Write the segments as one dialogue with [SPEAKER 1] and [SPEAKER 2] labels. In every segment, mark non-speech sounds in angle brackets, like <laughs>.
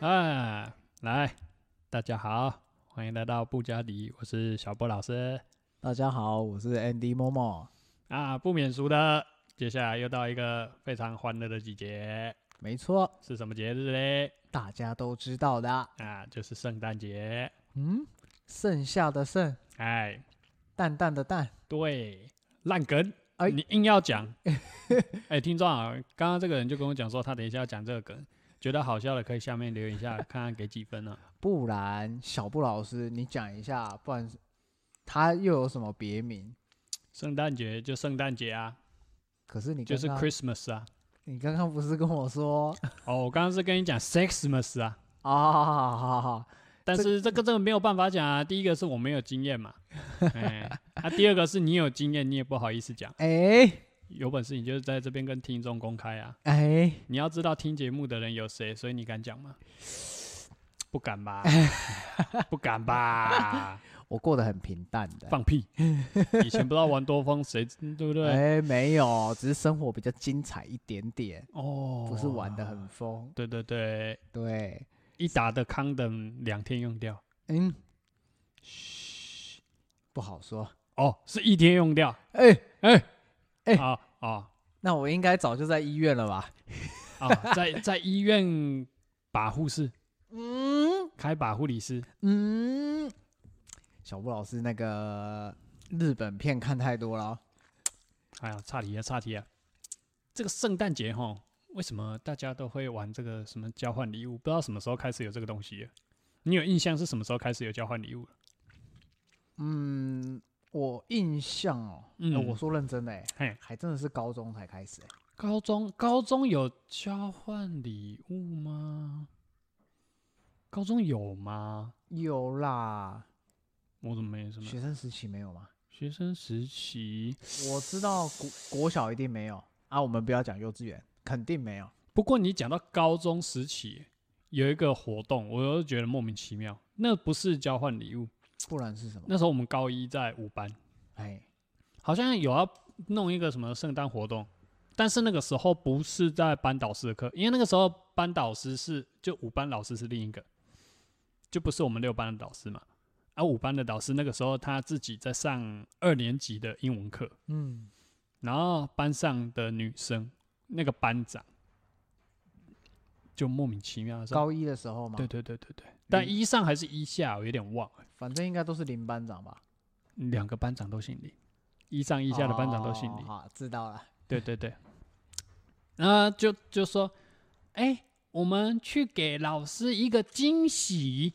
[SPEAKER 1] 哎，来，大家好，欢迎来到布加迪，我是小波老师
[SPEAKER 2] 大家好，我是 Andy Momo。
[SPEAKER 1] 啊。不免俗的，接下来又到一个非常欢乐的季节，
[SPEAKER 2] 没错，
[SPEAKER 1] 是什么节日嘞？
[SPEAKER 2] 大家都知道的啊。
[SPEAKER 1] 啊，就是圣诞节。
[SPEAKER 2] 嗯，剩下的剩，
[SPEAKER 1] 哎，
[SPEAKER 2] 淡淡的淡。
[SPEAKER 1] 对，烂梗，
[SPEAKER 2] 哎
[SPEAKER 1] 你硬要讲。 <laughs> 哎，听众啊，刚刚这个人就跟我讲说，他等一下要讲这个梗，觉得好笑的可以下面留言一下，看看给几分
[SPEAKER 2] <laughs>
[SPEAKER 1] 啊。
[SPEAKER 2] 不然，小布老师，你讲一下，不然他又有什么别名？
[SPEAKER 1] 圣诞节就圣诞节啊，
[SPEAKER 2] 可是你
[SPEAKER 1] 就是
[SPEAKER 2] 刚刚
[SPEAKER 1] Christmas 啊。
[SPEAKER 2] 你刚刚不是跟
[SPEAKER 1] <laughs>
[SPEAKER 2] 我说
[SPEAKER 1] 哦，我刚刚是跟你讲 Sexmas 啊。
[SPEAKER 2] 啊？好好好好，
[SPEAKER 1] 但
[SPEAKER 2] 这
[SPEAKER 1] 是这个这个没有办法讲啊。第一个是我没有经验
[SPEAKER 2] <laughs>
[SPEAKER 1] 嘛，哎，啊，第二个是你有经验，你也不好意思讲。
[SPEAKER 2] 哎
[SPEAKER 1] 有本事你就在这边跟听众公开啊！
[SPEAKER 2] 哎，
[SPEAKER 1] 你要知道听节目的人有谁，所以你敢讲吗？不敢
[SPEAKER 2] <laughs>
[SPEAKER 1] 吧？不敢吧？
[SPEAKER 2] 我过得很平淡的。
[SPEAKER 1] 放屁！以前不知道玩多疯谁，对不对？
[SPEAKER 2] 哎，没有，只是生活比较精彩一点点，
[SPEAKER 1] 哦，
[SPEAKER 2] 不是玩的。很疯。
[SPEAKER 1] 对对对，
[SPEAKER 2] 对，
[SPEAKER 1] 一打的康等两天用掉。
[SPEAKER 2] 嗯，嘘，不好说。
[SPEAKER 1] 哦，是一天用掉。
[SPEAKER 2] 哎、
[SPEAKER 1] 哎
[SPEAKER 2] 哎
[SPEAKER 1] 啊啊！
[SPEAKER 2] 那我应该早就在医院了吧？
[SPEAKER 1] 啊、在在医院把护士，
[SPEAKER 2] 嗯
[SPEAKER 1] 开把护理师，
[SPEAKER 2] 嗯，小布老师那个日本片看太多了哦，
[SPEAKER 1] 哎呀，差题啊，差题啊！这个圣诞节哈，为什么大家都会玩这个什么交换礼物？不知道什么时候开始有这个东西了啊你有印象是什么时候开始有交换礼物了
[SPEAKER 2] 嗯，我印象哦，
[SPEAKER 1] 嗯
[SPEAKER 2] 呃我说认真的欸，
[SPEAKER 1] 嘿，
[SPEAKER 2] 还真的是高中才开始欸，
[SPEAKER 1] 高中高中有交换礼物吗？高中有吗？
[SPEAKER 2] 有啦，
[SPEAKER 1] 我怎么没什么？
[SPEAKER 2] 学生时期没有吗？
[SPEAKER 1] 学生时期，
[SPEAKER 2] 我知道国国小一定没有啊，我们不要讲幼稚园，肯定没有。
[SPEAKER 1] 不过你讲到高中时期有一个活动，我又觉得莫名其妙，那不是交换礼物，
[SPEAKER 2] 不然是什么？
[SPEAKER 1] 那时候我们高一在五班，
[SPEAKER 2] 哎，
[SPEAKER 1] 好像有要弄一个什么圣诞活动，但是那个时候不是在班导师的课，因为那个时候班导师是就五班老师是另一个，就不是我们六班的导师嘛。而、五班的导师那个时候他自己在上二年级的英文课，
[SPEAKER 2] 嗯，
[SPEAKER 1] 然后班上的女生那个班长就莫名其妙的说，哦
[SPEAKER 2] 高一的时候吗？
[SPEAKER 1] 啊对，对对对对，但一上还是一下，我有点忘了，
[SPEAKER 2] 反正应该都是林班长吧，
[SPEAKER 1] 两个班长都姓李，一上一下的班长都姓
[SPEAKER 2] 哦
[SPEAKER 1] 李。
[SPEAKER 2] 好，知道了。
[SPEAKER 1] 对对 <laughs> 对，然后就就说，哎、我们去给老师一个惊喜，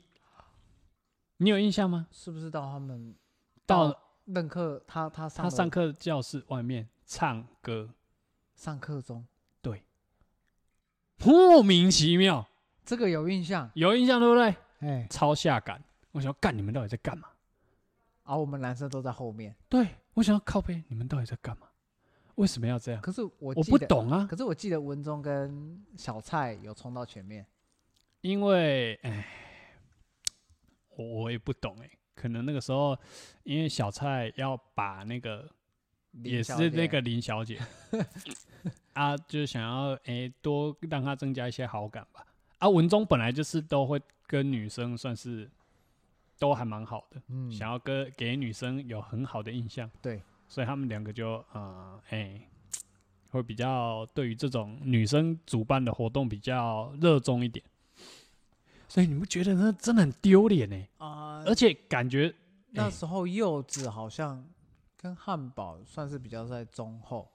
[SPEAKER 1] 你有印象吗？
[SPEAKER 2] 是不是到他们
[SPEAKER 1] 到
[SPEAKER 2] 任课他他上
[SPEAKER 1] 他
[SPEAKER 2] 了
[SPEAKER 1] 上课教室外面唱歌，
[SPEAKER 2] 上课中，
[SPEAKER 1] 莫名其妙，
[SPEAKER 2] 这个有印象。
[SPEAKER 1] 有印象对不对？
[SPEAKER 2] 哎，
[SPEAKER 1] 超下感，我想要干你们到底在干嘛？
[SPEAKER 2] 而我们男生都在后面。
[SPEAKER 1] 对我想要靠背，你们到底在干嘛？为什么要这样？
[SPEAKER 2] 可是我
[SPEAKER 1] 我
[SPEAKER 2] 记
[SPEAKER 1] 不
[SPEAKER 2] 得，
[SPEAKER 1] 懂啊，
[SPEAKER 2] 可是我记得文忠跟小蔡有冲到前面。
[SPEAKER 1] 因为哎，我我也不懂哎，可能那个时候因为小蔡要把那个也
[SPEAKER 2] 林小
[SPEAKER 1] 是那
[SPEAKER 2] 姐
[SPEAKER 1] 个林小姐啊，就想要诶多让她增加一些好感吧。啊，文中本来就是都会跟女生算是都还蛮好的，
[SPEAKER 2] 嗯，
[SPEAKER 1] 想要跟给女生有很好的印象，
[SPEAKER 2] 对，
[SPEAKER 1] 所以他们两个就啊诶会比较对于这种女生主办的活动比较热衷一点。所以你不觉得那真的很丢脸欸呢？
[SPEAKER 2] 啊、
[SPEAKER 1] 而且感觉
[SPEAKER 2] 那
[SPEAKER 1] 哎
[SPEAKER 2] 时候柚子好像跟汉堡算是比较在中后，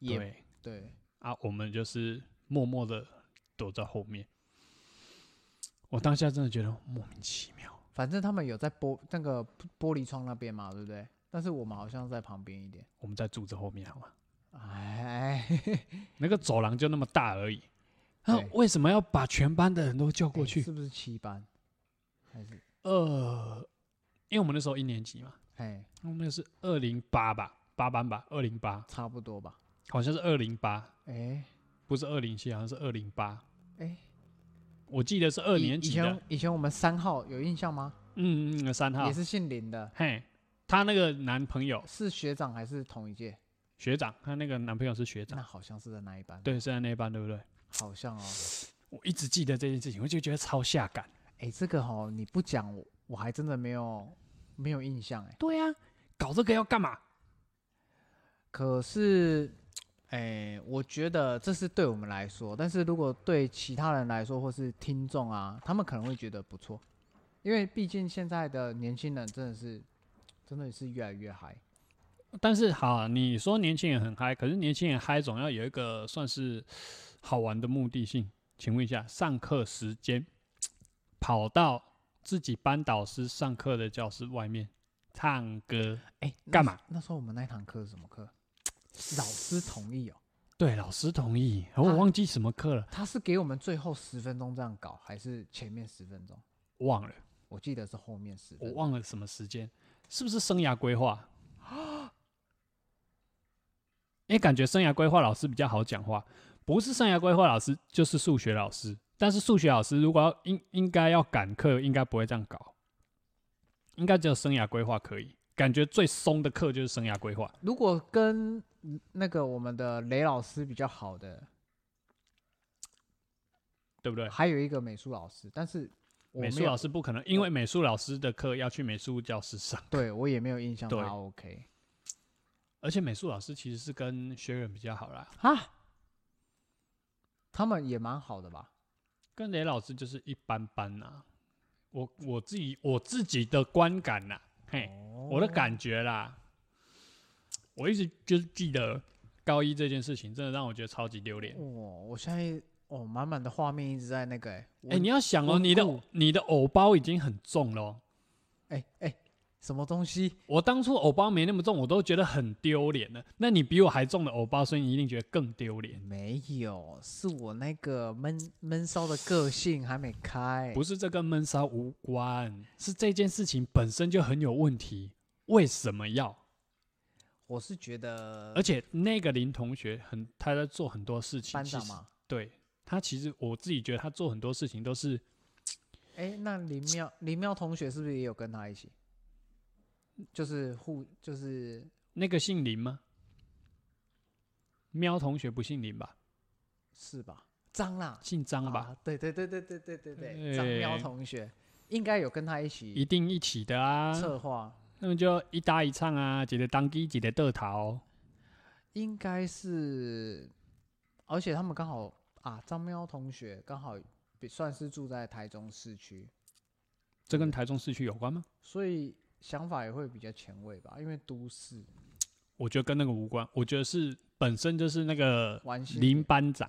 [SPEAKER 2] 也
[SPEAKER 1] 对
[SPEAKER 2] 对
[SPEAKER 1] 啊，我们就是默默的躲在后面。我当下真的觉得莫名其妙，
[SPEAKER 2] 反正他们有在玻那个玻璃窗那边嘛，对不对？但是我们好像在旁边一点。
[SPEAKER 1] 我们在柱子后面好吗？
[SPEAKER 2] 哎， <laughs>
[SPEAKER 1] 那个走廊就那么大而已，那
[SPEAKER 2] 对
[SPEAKER 1] 为什么要把全班的人都叫过
[SPEAKER 2] 哎
[SPEAKER 1] 去？
[SPEAKER 2] 是不是七班？还是
[SPEAKER 1] 呃，因为我们那时候一年级嘛，
[SPEAKER 2] 哎，
[SPEAKER 1] 我们那个是二零八吧，八班吧，二零八，
[SPEAKER 2] 差不多吧？
[SPEAKER 1] 好像是二零八，
[SPEAKER 2] 哎
[SPEAKER 1] 不是二零七，好像是二零八，
[SPEAKER 2] 哎，
[SPEAKER 1] 我记得是二
[SPEAKER 2] 以
[SPEAKER 1] 年
[SPEAKER 2] 以
[SPEAKER 1] 级的
[SPEAKER 2] 前，以前我们三号有印象吗？
[SPEAKER 1] 嗯嗯，嗯三号
[SPEAKER 2] 也，是姓林的，
[SPEAKER 1] 嘿，她那个男朋友
[SPEAKER 2] 是学长还是同一届？
[SPEAKER 1] 学长，她那个男朋友是学长
[SPEAKER 2] 那，好像是在那一班，
[SPEAKER 1] 对，是在那一班，对不对？
[SPEAKER 2] 好像哦。
[SPEAKER 1] 我一直记得这件事情，我就觉得超下感。
[SPEAKER 2] 哎、这个哈、你不讲我我还真的没有没有印象哎、
[SPEAKER 1] 对呀、搞这个要干嘛？
[SPEAKER 2] 可是，哎、我觉得这是对我们来说，但是如果对其他人来说或是听众啊，他们可能会觉得不错，因为毕竟现在的年轻人真的是真的是越来越嗨。
[SPEAKER 1] 但是好啊、你说年轻人很嗨，可是年轻人嗨总要有一个算是好玩的目的性。请问一下，上课时间跑到自己班导师上课的教室外面唱歌，
[SPEAKER 2] 哎、那
[SPEAKER 1] 干嘛
[SPEAKER 2] 时？那时候我们那一堂课是什么课？老师同意哦，
[SPEAKER 1] 对，老师同意。然后
[SPEAKER 2] 啊
[SPEAKER 1] 我忘记什么课了，
[SPEAKER 2] 他是给我们最后十分钟这样搞，还是前面十分钟？
[SPEAKER 1] 忘了，
[SPEAKER 2] 我记得是后面十
[SPEAKER 1] 我
[SPEAKER 2] 分钟。
[SPEAKER 1] 忘了什么时间，是不是生涯规划？ <gasps> 因为感觉生涯规划老师比较好讲话，不是生涯规划老师就是数学老师。但是数学老师如果要应应该要赶课，应该不会这样搞，应该只有生涯规划可以。感觉最松的课就是生涯规划。
[SPEAKER 2] 如果跟那个我们的雷老师比较好的，
[SPEAKER 1] 对不对？
[SPEAKER 2] 还有一个美术老师，但是我
[SPEAKER 1] 美
[SPEAKER 2] 没
[SPEAKER 1] 术
[SPEAKER 2] 有
[SPEAKER 1] 老师不可能，因为美术老师的课要去美术教室上，
[SPEAKER 2] 对我也没有印象
[SPEAKER 1] 对
[SPEAKER 2] 他 OK
[SPEAKER 1] 而且美术老师其实是跟学员比较好啦，
[SPEAKER 2] 啊，他们也蛮好的吧？
[SPEAKER 1] 跟雷老师就是一般般啦、我我自己我自己的观感啦、嘿，我的感觉啦，我一直就是记得高一这件事情，真的让我觉得超级丢脸
[SPEAKER 2] 哦，。我现在哦，满满的画面一直在那个哎、
[SPEAKER 1] 哎、你
[SPEAKER 2] 要
[SPEAKER 1] 要想哦，
[SPEAKER 2] 温
[SPEAKER 1] 你的
[SPEAKER 2] 故
[SPEAKER 1] 你的偶包已经很重了哦、
[SPEAKER 2] 哎哎什么东西？
[SPEAKER 1] 我当初偶包没那么重，我都觉得很丢脸了。那你比我还重的偶包，所以你一定觉得更丢脸。
[SPEAKER 2] 没有，是我那个闷闷骚的个性还没开。
[SPEAKER 1] 不是这跟闷骚无关，是这件事情本身就很有问题。为什么要？
[SPEAKER 2] 我是觉得，
[SPEAKER 1] 而且那个林同学很，他在做很多事情。
[SPEAKER 2] 班
[SPEAKER 1] 其
[SPEAKER 2] 长
[SPEAKER 1] 实
[SPEAKER 2] 嘛，
[SPEAKER 1] 对他其实我自己觉得他做很多事情都是
[SPEAKER 2] 哎、那林妙林妙同学是不是也有跟他一起？就是互就是
[SPEAKER 1] 那个姓林吗？喵同学不姓林吧？
[SPEAKER 2] 是吧？张啦，
[SPEAKER 1] 姓张吧？
[SPEAKER 2] 啊，对对对对对对对对，张
[SPEAKER 1] 对
[SPEAKER 2] 喵同学应该有跟他一
[SPEAKER 1] 一
[SPEAKER 2] 起
[SPEAKER 1] 定一起的啊，
[SPEAKER 2] 策划，
[SPEAKER 1] 那么就一搭一唱啊，几个当机，几个得逃。
[SPEAKER 2] 应该是，而且他们刚好啊，张喵同学刚好比算是住在台中市区，
[SPEAKER 1] 这
[SPEAKER 2] 嗯
[SPEAKER 1] 跟台中市区有关吗？
[SPEAKER 2] 所以想法也会比较前卫吧，因为都市
[SPEAKER 1] 我觉得跟那个无关，我觉得是本身就是那个
[SPEAKER 2] 玩心
[SPEAKER 1] 林班长。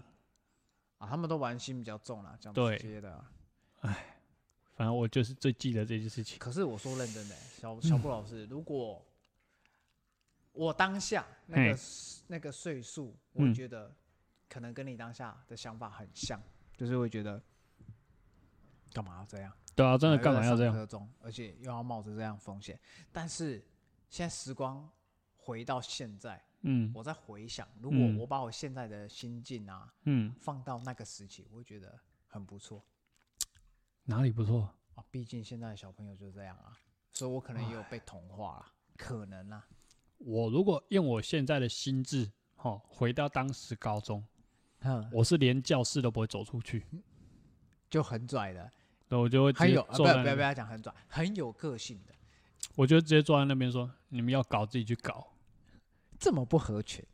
[SPEAKER 2] 啊，他们都玩心比较重啦，讲
[SPEAKER 1] 对
[SPEAKER 2] 直接的啊。
[SPEAKER 1] 反正我就是最记得这件事情。
[SPEAKER 2] 可是我说认真的欸、小小布老师，如果我当下那
[SPEAKER 1] 嘿
[SPEAKER 2] 个 s- 那个岁数，我会
[SPEAKER 1] 嗯
[SPEAKER 2] 觉得可能跟你当下的想法很像，就是会觉得干嘛要这样？
[SPEAKER 1] 对啊，真的
[SPEAKER 2] 还
[SPEAKER 1] 干
[SPEAKER 2] 在
[SPEAKER 1] 嘛要
[SPEAKER 2] 上
[SPEAKER 1] 这样？
[SPEAKER 2] 课中，而且又要冒着这样风险。但是现在时光回到现在，
[SPEAKER 1] 嗯
[SPEAKER 2] 我在回想，如果
[SPEAKER 1] 嗯
[SPEAKER 2] 我把我现在的心境啊
[SPEAKER 1] 嗯，
[SPEAKER 2] 放到那个时期，我会觉得很不错。
[SPEAKER 1] 哪里不错？
[SPEAKER 2] 啊，毕竟现在的小朋友就这样啊，所以我可能也有被同化啦，可能啦、
[SPEAKER 1] 我如果用我现在的心智，哈，回到当时高中，
[SPEAKER 2] 啊，
[SPEAKER 1] 我是连教室都不会走出去，
[SPEAKER 2] 就很拽的，
[SPEAKER 1] 对，我就会直
[SPEAKER 2] 很
[SPEAKER 1] 接
[SPEAKER 2] 有，啊、不
[SPEAKER 1] 坐
[SPEAKER 2] 要
[SPEAKER 1] 在
[SPEAKER 2] 不
[SPEAKER 1] 那
[SPEAKER 2] 要不
[SPEAKER 1] 边，
[SPEAKER 2] 要讲很拽，很有个性的，
[SPEAKER 1] 我就直接坐在那边说：“你们要搞自己去搞。
[SPEAKER 2] 这么不合群，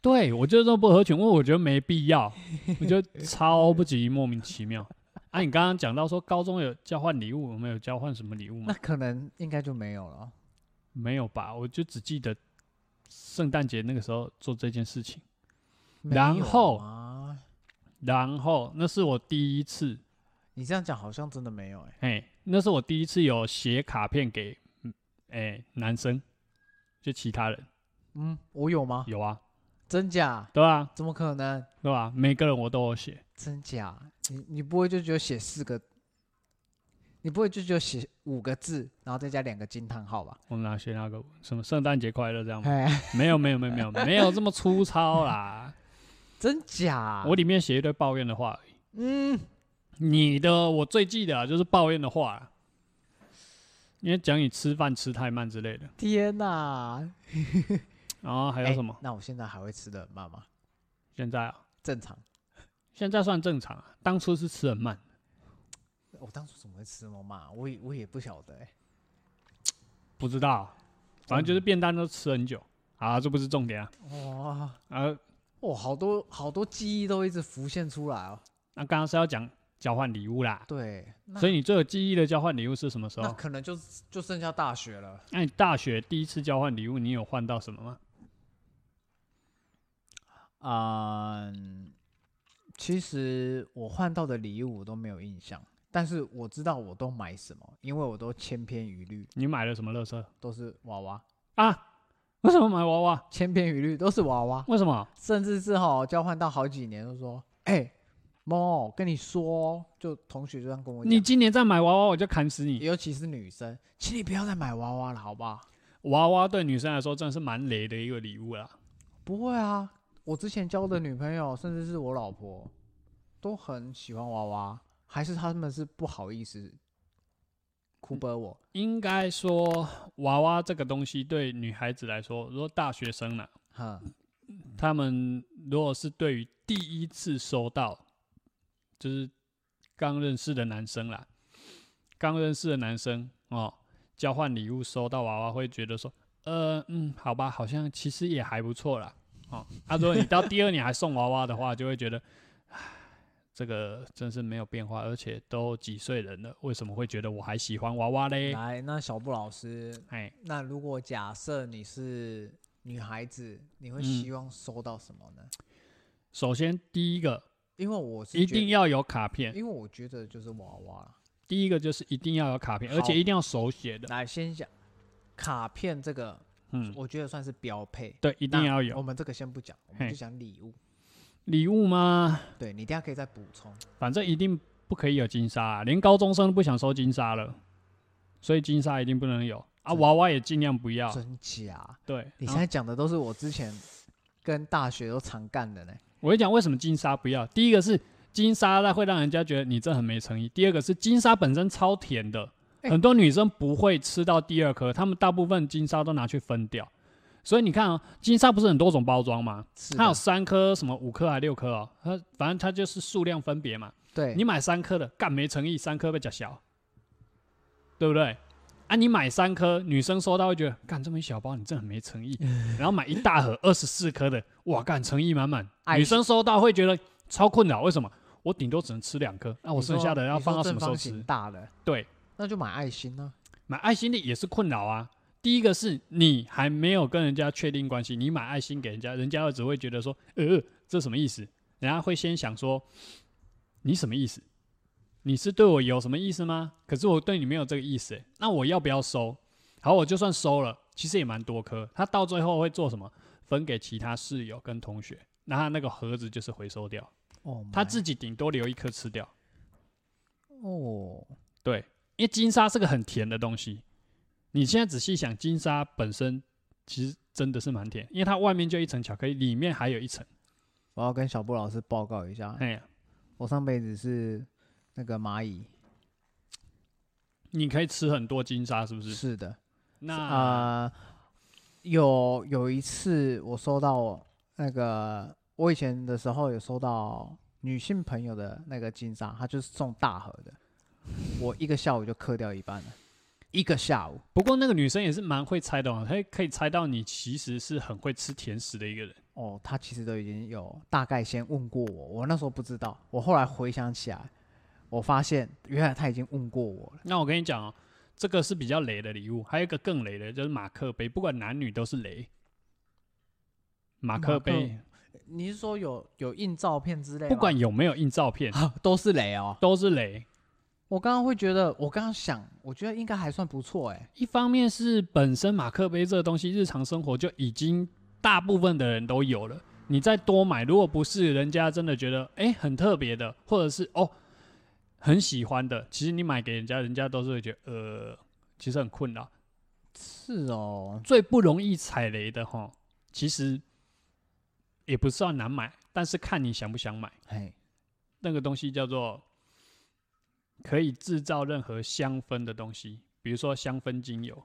[SPEAKER 1] 对”我就是说不合群，因为我觉得没必
[SPEAKER 2] <laughs>
[SPEAKER 1] 要，我觉得超不级莫名其妙。啊，你刚刚讲到说高中有交换礼物，我们有交换什么礼物
[SPEAKER 2] 那
[SPEAKER 1] 吗？
[SPEAKER 2] 可能应该就没有了哦。
[SPEAKER 1] 没有吧？我就只记得圣诞节那个时候做这件事情。
[SPEAKER 2] 没
[SPEAKER 1] 然
[SPEAKER 2] 有
[SPEAKER 1] 后
[SPEAKER 2] 啊，
[SPEAKER 1] 然后那是我第一次，
[SPEAKER 2] 你这样讲好像真的没有哎、
[SPEAKER 1] 哎，那是我第一次有写卡片给，嗯哎，男生，就其他人
[SPEAKER 2] 嗯，我有吗？
[SPEAKER 1] 有啊，
[SPEAKER 2] 真假？
[SPEAKER 1] 对吧、啊？
[SPEAKER 2] 怎么可能？
[SPEAKER 1] 对吧、每个人我都有写，
[SPEAKER 2] 真假？你你不会就只有写四个？你不会就只有写五个字，然后再加两个惊叹号吧？
[SPEAKER 1] 我们哪写那个什么圣诞节快乐这
[SPEAKER 2] <laughs>
[SPEAKER 1] 样吗？
[SPEAKER 2] 哎，
[SPEAKER 1] 没有没有没有没有没有这么粗糙啦，
[SPEAKER 2] 真假？
[SPEAKER 1] 我里面写一堆抱怨的话而已。
[SPEAKER 2] 啊嗯，
[SPEAKER 1] 你的我最记得、啊、就是抱怨的话啦，因为讲你吃饭吃太慢之类的，
[SPEAKER 2] 天哪、
[SPEAKER 1] 然后还有
[SPEAKER 2] 哎
[SPEAKER 1] 什么？
[SPEAKER 2] 那我现在还会吃的很慢吗？
[SPEAKER 1] 现在啊，
[SPEAKER 2] 正常，
[SPEAKER 1] 现在算正常啊，当初是吃很慢。
[SPEAKER 2] 我当初怎么会吃么嘛？我也我也不晓得、欸。
[SPEAKER 1] 不知道，反正就是便当都吃很久。啊，这不是重点啊。
[SPEAKER 2] 嗯哇
[SPEAKER 1] 啊，
[SPEAKER 2] 哇，好多好多记忆都一直浮现出来哦。
[SPEAKER 1] 那刚刚是要讲交换礼物啦，
[SPEAKER 2] 对，那
[SPEAKER 1] 所以你最有记忆的交换礼物是什么时
[SPEAKER 2] 那
[SPEAKER 1] 候？
[SPEAKER 2] 可能就就剩下大学了，
[SPEAKER 1] 那你大学第一次交换礼物，你有换到什么吗？
[SPEAKER 2] 嗯，其实我换到的礼物我都没有印象，但是我知道我都买什么，因为我都千篇一律，
[SPEAKER 1] 你买了什么乐色
[SPEAKER 2] 都是娃娃，
[SPEAKER 1] 啊？为什么买娃娃？
[SPEAKER 2] 千篇一律都是娃娃，
[SPEAKER 1] 为什么？
[SPEAKER 2] 甚至是哈交换到好几年都说，哎、猫，跟你说哦，就同学就这样跟我
[SPEAKER 1] 你
[SPEAKER 2] 讲，
[SPEAKER 1] 今年再买娃娃，我就砍死你！
[SPEAKER 2] 尤其是女生，请你不要再买娃娃了，好不好？
[SPEAKER 1] 娃娃对女生来说真的是蛮雷的一个礼物啦。
[SPEAKER 2] 不会啊，我之前交的女朋友，甚至是我老婆，都很喜欢娃娃，还是他们是不好意思哭崩我。
[SPEAKER 1] 应该说，娃娃这个东西对女孩子来说，如果大学生呢、
[SPEAKER 2] 哼、
[SPEAKER 1] 他们如果是对于第一次收到，就是刚认识的男生啦，刚认识的男生哦，交换礼物收到娃娃，会觉得说，呃，嗯，好吧，好像其实也还不错啦。哦，啊，如果你到第二年还送娃娃的话，就会觉得，唉，这个真是没有变化，而且都几岁人了，为什么会觉得我还喜欢娃娃嘞？
[SPEAKER 2] 来，那小布老师，
[SPEAKER 1] 哎，
[SPEAKER 2] 那如果假设你是女孩子，你会
[SPEAKER 1] 嗯
[SPEAKER 2] 希望收到什么呢？
[SPEAKER 1] 首先第一个
[SPEAKER 2] 因为我是
[SPEAKER 1] 一
[SPEAKER 2] 觉
[SPEAKER 1] 定
[SPEAKER 2] 得，
[SPEAKER 1] 要有卡片，
[SPEAKER 2] 因为我觉得就是娃娃啦。
[SPEAKER 1] 第一个就是一定要有卡片，而
[SPEAKER 2] 好
[SPEAKER 1] 且一定要手写的。
[SPEAKER 2] 来，先讲卡片这个，
[SPEAKER 1] 嗯，
[SPEAKER 2] 我觉得算是标配。
[SPEAKER 1] 对，一
[SPEAKER 2] 一
[SPEAKER 1] 定要
[SPEAKER 2] 我
[SPEAKER 1] 有
[SPEAKER 2] 们这个先不讲，我们
[SPEAKER 1] 嘿
[SPEAKER 2] 就讲礼物。
[SPEAKER 1] 礼物吗？
[SPEAKER 2] 对你等一下可以再补充。
[SPEAKER 1] 反正一定不可以有金沙啊、连高中生都不想收金沙了，所以金沙一定不能有啊，
[SPEAKER 2] 真
[SPEAKER 1] 娃娃也尽量不要。
[SPEAKER 2] 真假？
[SPEAKER 1] 对，啊
[SPEAKER 2] 你
[SPEAKER 1] 然
[SPEAKER 2] 现
[SPEAKER 1] 后
[SPEAKER 2] 在讲的都是我之前跟大学都常干的呢。
[SPEAKER 1] 我会讲为什么金沙不要。第一个是金沙，那会让人家觉得你这很没诚意；第二个是金沙本身超甜的，
[SPEAKER 2] 哎
[SPEAKER 1] 很多女生不会吃到第二颗，她们大部分金沙都拿去分掉。所以你看啊、金沙不是很多种包装吗？
[SPEAKER 2] 是
[SPEAKER 1] 它有
[SPEAKER 2] 的，
[SPEAKER 1] 三颗，什么五颗还六颗哦，它反正它就是数量分别嘛。
[SPEAKER 2] 对，
[SPEAKER 1] 你买三颗的，干没诚意，三颗被假小，对不对？啊，你买三颗，女生收到会觉得，干这么一小包，你真的很没诚
[SPEAKER 2] <laughs>
[SPEAKER 1] 意。然后买一大盒二十四颗的，哇，干诚意满满。
[SPEAKER 2] 爱
[SPEAKER 1] 女
[SPEAKER 2] 心
[SPEAKER 1] 生收到会觉得超困扰，为什么？我顶多只能吃两颗，那、我
[SPEAKER 2] 你说
[SPEAKER 1] 剩下的要
[SPEAKER 2] 你说
[SPEAKER 1] 放到什么时候
[SPEAKER 2] 正方形
[SPEAKER 1] 吃？
[SPEAKER 2] 大的，
[SPEAKER 1] 对，
[SPEAKER 2] 那就买爱心啊呢、
[SPEAKER 1] 买爱心的也是困扰啊。第一个是你还没有跟人家确定关系，你买爱心给人家，人家只会觉得说，呃，这什么意思？人家会先想说，你什么意思？你是对我有什么意思吗？可是我对你没有这个意思、欸，那我要不要收？好，我就算收了，其实也蛮多颗。他到最后会做什么？分给其他室友跟同学，那他那个盒子就是回收掉，
[SPEAKER 2] 哦，
[SPEAKER 1] 他自己顶多留一颗吃掉。
[SPEAKER 2] 哦，
[SPEAKER 1] 对，因为金沙是个很甜的东西。你现在仔细想，金沙本身其实真的是蛮甜，因为它外面就一层巧克力，里面还有一层。
[SPEAKER 2] 我要跟小布老师报告一下，
[SPEAKER 1] 哎呀，
[SPEAKER 2] 我上辈子是那个蚂蚁，
[SPEAKER 1] 你可以吃很多金沙，是不是？
[SPEAKER 2] 是的，
[SPEAKER 1] 那、
[SPEAKER 2] 啊、有有一次我收到那个，我以前的时候有收到女性朋友的那个金沙，她就是送大盒的，我一个下午就嗑掉一半了，一个下午。
[SPEAKER 1] 不过那个女生也是蛮会猜的哦，她可以猜到你其实是很会吃甜食的一个人。
[SPEAKER 2] 哦，她其实都已经有大概先问过我，我那时候不知道，我后来回想起来，我发现原来她已经问过我了。
[SPEAKER 1] 那我跟你讲哦，这个是比较雷的礼物，还有一个更雷的，就是马克杯，不管男女都是雷。马克
[SPEAKER 2] 马克哦
[SPEAKER 1] 杯，
[SPEAKER 2] 你是说有有印照片之类吗？
[SPEAKER 1] 不管有没有印照片，
[SPEAKER 2] <laughs> 都是雷哦。
[SPEAKER 1] 都是雷。
[SPEAKER 2] 我刚刚会觉得，我刚刚想，我觉得应该还算不错哎、
[SPEAKER 1] 一方面是本身马克杯这个东西，日常生活就已经大部分的人都有了，你再多买，如果不是人家真的觉得哎、诶很特别的，或者是哦很喜欢的，其实你买给人家，人家都是会觉得呃，其实很困扰。
[SPEAKER 2] 是哦，
[SPEAKER 1] 最不容易踩雷的哈，其实也不算难买，但是看你想不想买。
[SPEAKER 2] 嘿，
[SPEAKER 1] 那个东西叫做可以制造任何香氛的东西，比如说香氛精油，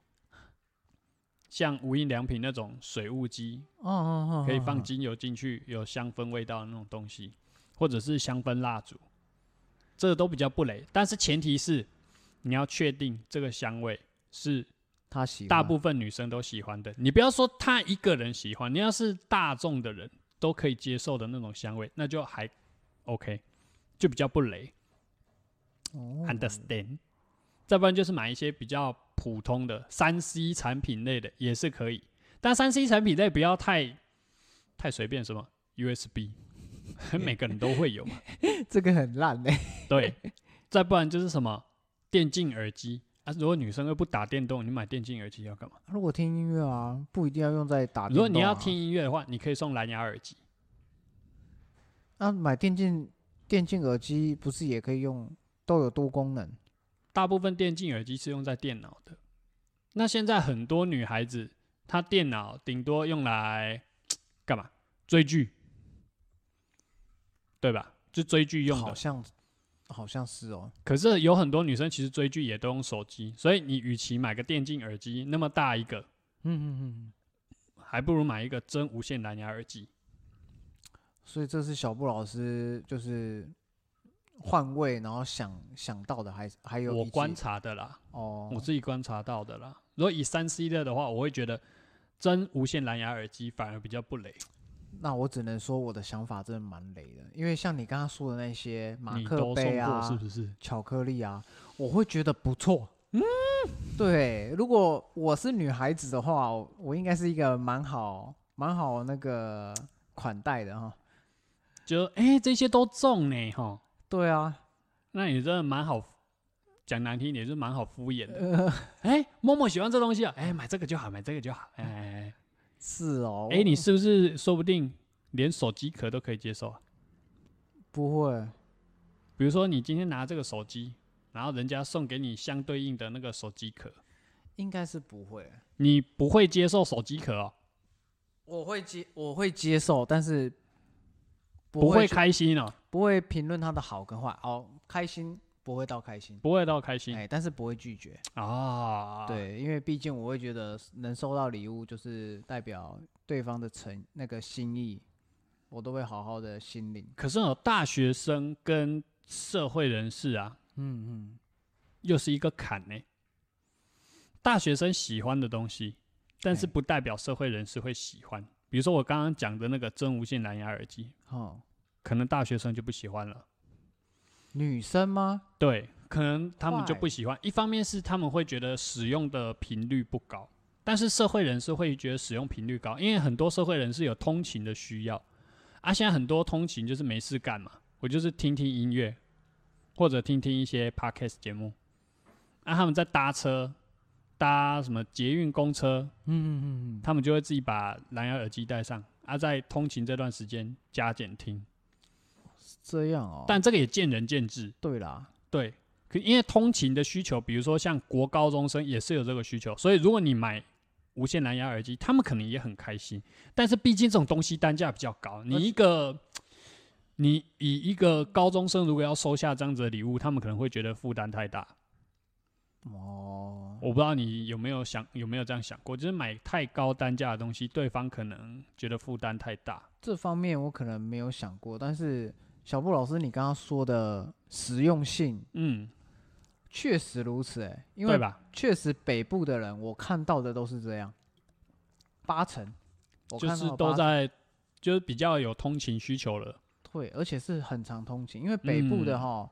[SPEAKER 1] 像无印良品那种水雾机，
[SPEAKER 2] 哦哦哦，
[SPEAKER 1] 可以放
[SPEAKER 2] 进
[SPEAKER 1] 精油进去有香氛味道的那种东西。或者是香氛蜡烛，这个都比较不雷。但是前提是你要确定这个香味是
[SPEAKER 2] 他喜欢
[SPEAKER 1] 大部分女生都喜欢的。你不要说他一个人喜欢，你要是大众的人都可以接受的那种香味，那就还 OK，就比较不雷。
[SPEAKER 2] 哦
[SPEAKER 1] Understand？再不然就是买一些比较普通的三 C 产品类的也是可以，但三 C 产品类不要太太随便，什么 USB，每个人都会有
[SPEAKER 2] <laughs>
[SPEAKER 1] 嘛。
[SPEAKER 2] 这个很烂哎、
[SPEAKER 1] 对，再不然就是什么电竞耳机啊，如果女生又不打电动，你买电竞耳机要干嘛？
[SPEAKER 2] <laughs> 如果听音乐啊，不一定要用在打、电
[SPEAKER 1] 如果你
[SPEAKER 2] 动
[SPEAKER 1] 要
[SPEAKER 2] 啊
[SPEAKER 1] 听，音乐的话，你可以送蓝牙耳机。
[SPEAKER 2] 那、买电竞电竞耳机不是也可以用？都有多功能。
[SPEAKER 1] 大部分电竞耳机是用在电脑的，那现在很多女孩子她电脑顶多用来干嘛？追剧，对吧？就追剧用
[SPEAKER 2] 好
[SPEAKER 1] 的。
[SPEAKER 2] 像好像是哦。
[SPEAKER 1] 可是有很多女生其实追剧也都用手机，所以你与其买个电竞耳机那么大一个，
[SPEAKER 2] 嗯嗯嗯。
[SPEAKER 1] 还不如买一个真无线蓝牙耳机。
[SPEAKER 2] 所以这是小布老师就是换位，然后想想到的还，还有
[SPEAKER 1] 我
[SPEAKER 2] 以及
[SPEAKER 1] 观察的啦，
[SPEAKER 2] 哦，
[SPEAKER 1] 我自己观察到的啦。如果以三 C 的的话，我会觉得真无线蓝牙耳机反而比较不雷。
[SPEAKER 2] 那我只能说我的想法真的蛮雷的，因为像你刚刚说的那些马
[SPEAKER 1] 你
[SPEAKER 2] 克
[SPEAKER 1] 都送
[SPEAKER 2] 杯
[SPEAKER 1] 过
[SPEAKER 2] 啊、
[SPEAKER 1] 是不是？
[SPEAKER 2] 巧克力啊，我会觉得不错。嗯，对，如果我是女孩子的话，我我应该是一个蛮好、蛮好那个款待的哈。
[SPEAKER 1] 就哎、欸这些都中呢哈，
[SPEAKER 2] 对啊，
[SPEAKER 1] 那你真的蛮好，讲难听一点就是蛮好敷衍的。
[SPEAKER 2] 呃，
[SPEAKER 1] <laughs> 哎、默默喜欢这东西啊，哎、买这个就好，买这个就好。哎哎哎
[SPEAKER 2] 是哦。
[SPEAKER 1] 哎、
[SPEAKER 2] 我
[SPEAKER 1] 你是不是说不定连手机壳都可以接受啊？
[SPEAKER 2] 不会
[SPEAKER 1] 比如说你今天拿这个手机，然后人家送给你相对应的那个手机壳，
[SPEAKER 2] 应该是不会。
[SPEAKER 1] 你不会接受手机壳哦，
[SPEAKER 2] 我会接，我会接受，但是
[SPEAKER 1] 不
[SPEAKER 2] 会
[SPEAKER 1] 会
[SPEAKER 2] 去
[SPEAKER 1] 开心哦，
[SPEAKER 2] 不会评论他的好跟坏。哦，开心不会到开心，
[SPEAKER 1] 不会到开心
[SPEAKER 2] 哎，但是不会拒绝。
[SPEAKER 1] 啊。，
[SPEAKER 2] 对，因为毕竟我会觉得能收到礼物，就是代表对方的诚那个心意，我都会好好的心领。
[SPEAKER 1] 可是有哦大学生跟社会人士啊，
[SPEAKER 2] 嗯嗯，
[SPEAKER 1] 又是一个坎呢、大学生喜欢的东西，但是
[SPEAKER 2] 哎
[SPEAKER 1] 不代表社会人士会喜欢。比如说我刚刚讲的那个真无线蓝牙耳机，
[SPEAKER 2] 哦，
[SPEAKER 1] 可能大学生就不喜欢了。
[SPEAKER 2] 女生吗？
[SPEAKER 1] 对，可能他们就
[SPEAKER 2] Why？
[SPEAKER 1] 不喜欢。一方面是他们会觉得使用的频率不高，但是社会人士会觉得使用频率高，因为很多社会人士有通勤的需要，啊，现在很多通勤就是没事干嘛，我就是听听音乐，或者听听一些 podcast 节目，啊，他们在搭车，搭什么捷运、公车，
[SPEAKER 2] 嗯嗯嗯，
[SPEAKER 1] 他们就会自己把蓝牙耳机戴上，啊，在通勤这段时间加减听，
[SPEAKER 2] 这样哦。
[SPEAKER 1] 但这个也见仁见智。
[SPEAKER 2] 对啦，
[SPEAKER 1] 对，可因为通勤的需求，比如说像国高中生也是有这个需求，所以如果你买无线蓝牙耳机，他们可能也很开心。但是毕竟这种东西单价比较高，你
[SPEAKER 2] 而且
[SPEAKER 1] 一个你以一个高中生如果要收下这样子的礼物，他们可能会觉得负担太大。
[SPEAKER 2] 哦，
[SPEAKER 1] 我不知道你有没有想有没有这样想过，就是买太高单价的东西，对方可能觉得负担太大。
[SPEAKER 2] 这方面我可能没有想过，但是小布老师你刚刚说的实用性
[SPEAKER 1] 嗯，
[SPEAKER 2] 确实如此、欸，哎，因
[SPEAKER 1] 对
[SPEAKER 2] 为
[SPEAKER 1] 吧？
[SPEAKER 2] 确实北部的人我看到的都是这样，八成，我
[SPEAKER 1] 就
[SPEAKER 2] 看
[SPEAKER 1] 是
[SPEAKER 2] 到
[SPEAKER 1] 都
[SPEAKER 2] 八
[SPEAKER 1] 在，就是比较有通勤需求了。
[SPEAKER 2] 对，而且是很常通勤，因为北部的
[SPEAKER 1] 嗯
[SPEAKER 2] 哈，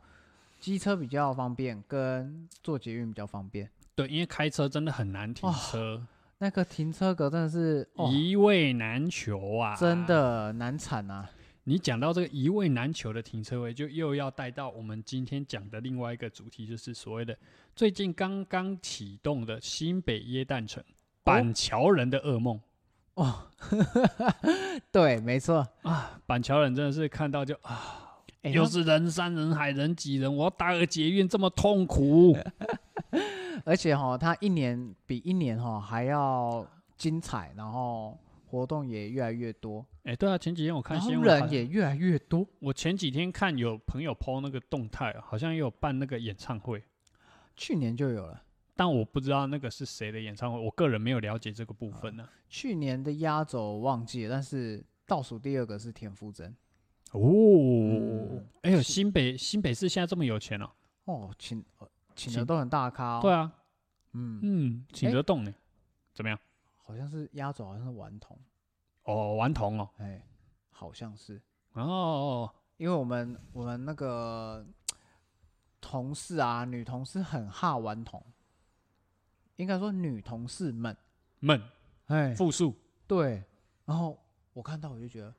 [SPEAKER 2] 机、车比较方便，跟坐捷运比较方便。
[SPEAKER 1] 对，因为开车真的很难停
[SPEAKER 2] 哇
[SPEAKER 1] 车。
[SPEAKER 2] 那个停车格真的是，哦，
[SPEAKER 1] 一位难求啊！
[SPEAKER 2] 真，的难产啊！
[SPEAKER 1] 你讲到这个一位难求的停车位，就又要带到我们今天讲的另外一个主题，就是所谓的最近刚刚启动的新北耶诞城
[SPEAKER 2] 哦
[SPEAKER 1] 板桥人的噩梦、
[SPEAKER 2] 对，没错，
[SPEAKER 1] 啊！板桥人真的是看到就啊，
[SPEAKER 2] 哎、
[SPEAKER 1] 又
[SPEAKER 2] 那
[SPEAKER 1] 是人山人海，人挤人，我要搭个捷运这么痛
[SPEAKER 2] <laughs>
[SPEAKER 1] 苦。
[SPEAKER 2] 而且哈，它一年比一年哈还要精彩，然后活动也越来越多，
[SPEAKER 1] 哎、对啊，前几天我看
[SPEAKER 2] 然后
[SPEAKER 1] 新闻，好
[SPEAKER 2] 人
[SPEAKER 1] 像
[SPEAKER 2] 也越来越多。
[SPEAKER 1] 我前几天看有朋友 PO 那个动态，好像也有办那个演唱会。
[SPEAKER 2] 去年就有了，
[SPEAKER 1] 但我不知道那个是谁的演唱会，我个人没有了解这个部分呢、啊
[SPEAKER 2] 去年的压轴我忘记了，但是倒数第二个是田馥甄，
[SPEAKER 1] 哦，哎呦，
[SPEAKER 2] 嗯是
[SPEAKER 1] 新北新北市现在这么有钱哦？
[SPEAKER 2] 哦，请呃请
[SPEAKER 1] 请
[SPEAKER 2] 的都很大咖、哦，
[SPEAKER 1] 对啊，
[SPEAKER 2] 嗯，
[SPEAKER 1] 嗯，请
[SPEAKER 2] 哎
[SPEAKER 1] 得动呢，怎么样？
[SPEAKER 2] 好像是压轴，好像是顽童，
[SPEAKER 1] 哦，顽童哦，
[SPEAKER 2] 哎、好像是，
[SPEAKER 1] 哦，
[SPEAKER 2] 因为我们我们那个同事啊，女同事很哈顽童，应该说女同事们，
[SPEAKER 1] 闷
[SPEAKER 2] 哎、
[SPEAKER 1] 复数，
[SPEAKER 2] 对，然后我看到我就觉得，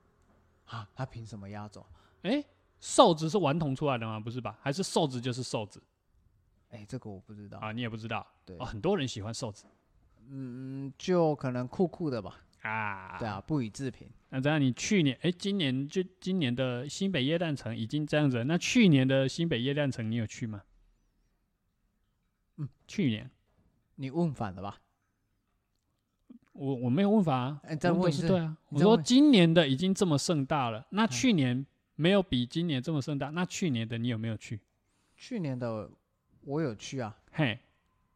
[SPEAKER 2] 啊，他凭什么压轴？
[SPEAKER 1] 哎，瘦子是顽童出来的吗？不是吧？还是瘦子就是瘦子
[SPEAKER 2] 哎、这个我不知道，
[SPEAKER 1] 啊？你也不知道
[SPEAKER 2] 对
[SPEAKER 1] 哦，很多人喜欢瘦子
[SPEAKER 2] 嗯，就可能酷酷的吧，
[SPEAKER 1] 啊。
[SPEAKER 2] 对啊，不予置评。
[SPEAKER 1] 那这样，你去年哎，今年就今年的新北夜诞城已经这样子了，那去年的新北夜诞城你有去吗？嗯，去年
[SPEAKER 2] 你问反了吧？
[SPEAKER 1] 我我没有问法啊，
[SPEAKER 2] 哎再
[SPEAKER 1] 我
[SPEAKER 2] 问
[SPEAKER 1] 的
[SPEAKER 2] 一
[SPEAKER 1] 是
[SPEAKER 2] 次
[SPEAKER 1] 对啊。
[SPEAKER 2] 你
[SPEAKER 1] 我
[SPEAKER 2] 再
[SPEAKER 1] 说
[SPEAKER 2] 问嗯
[SPEAKER 1] 今年的已经这么盛大了，那去年没有比今年这么盛大，那去年的你有没有去？
[SPEAKER 2] 去年的我有去啊，
[SPEAKER 1] 嘿，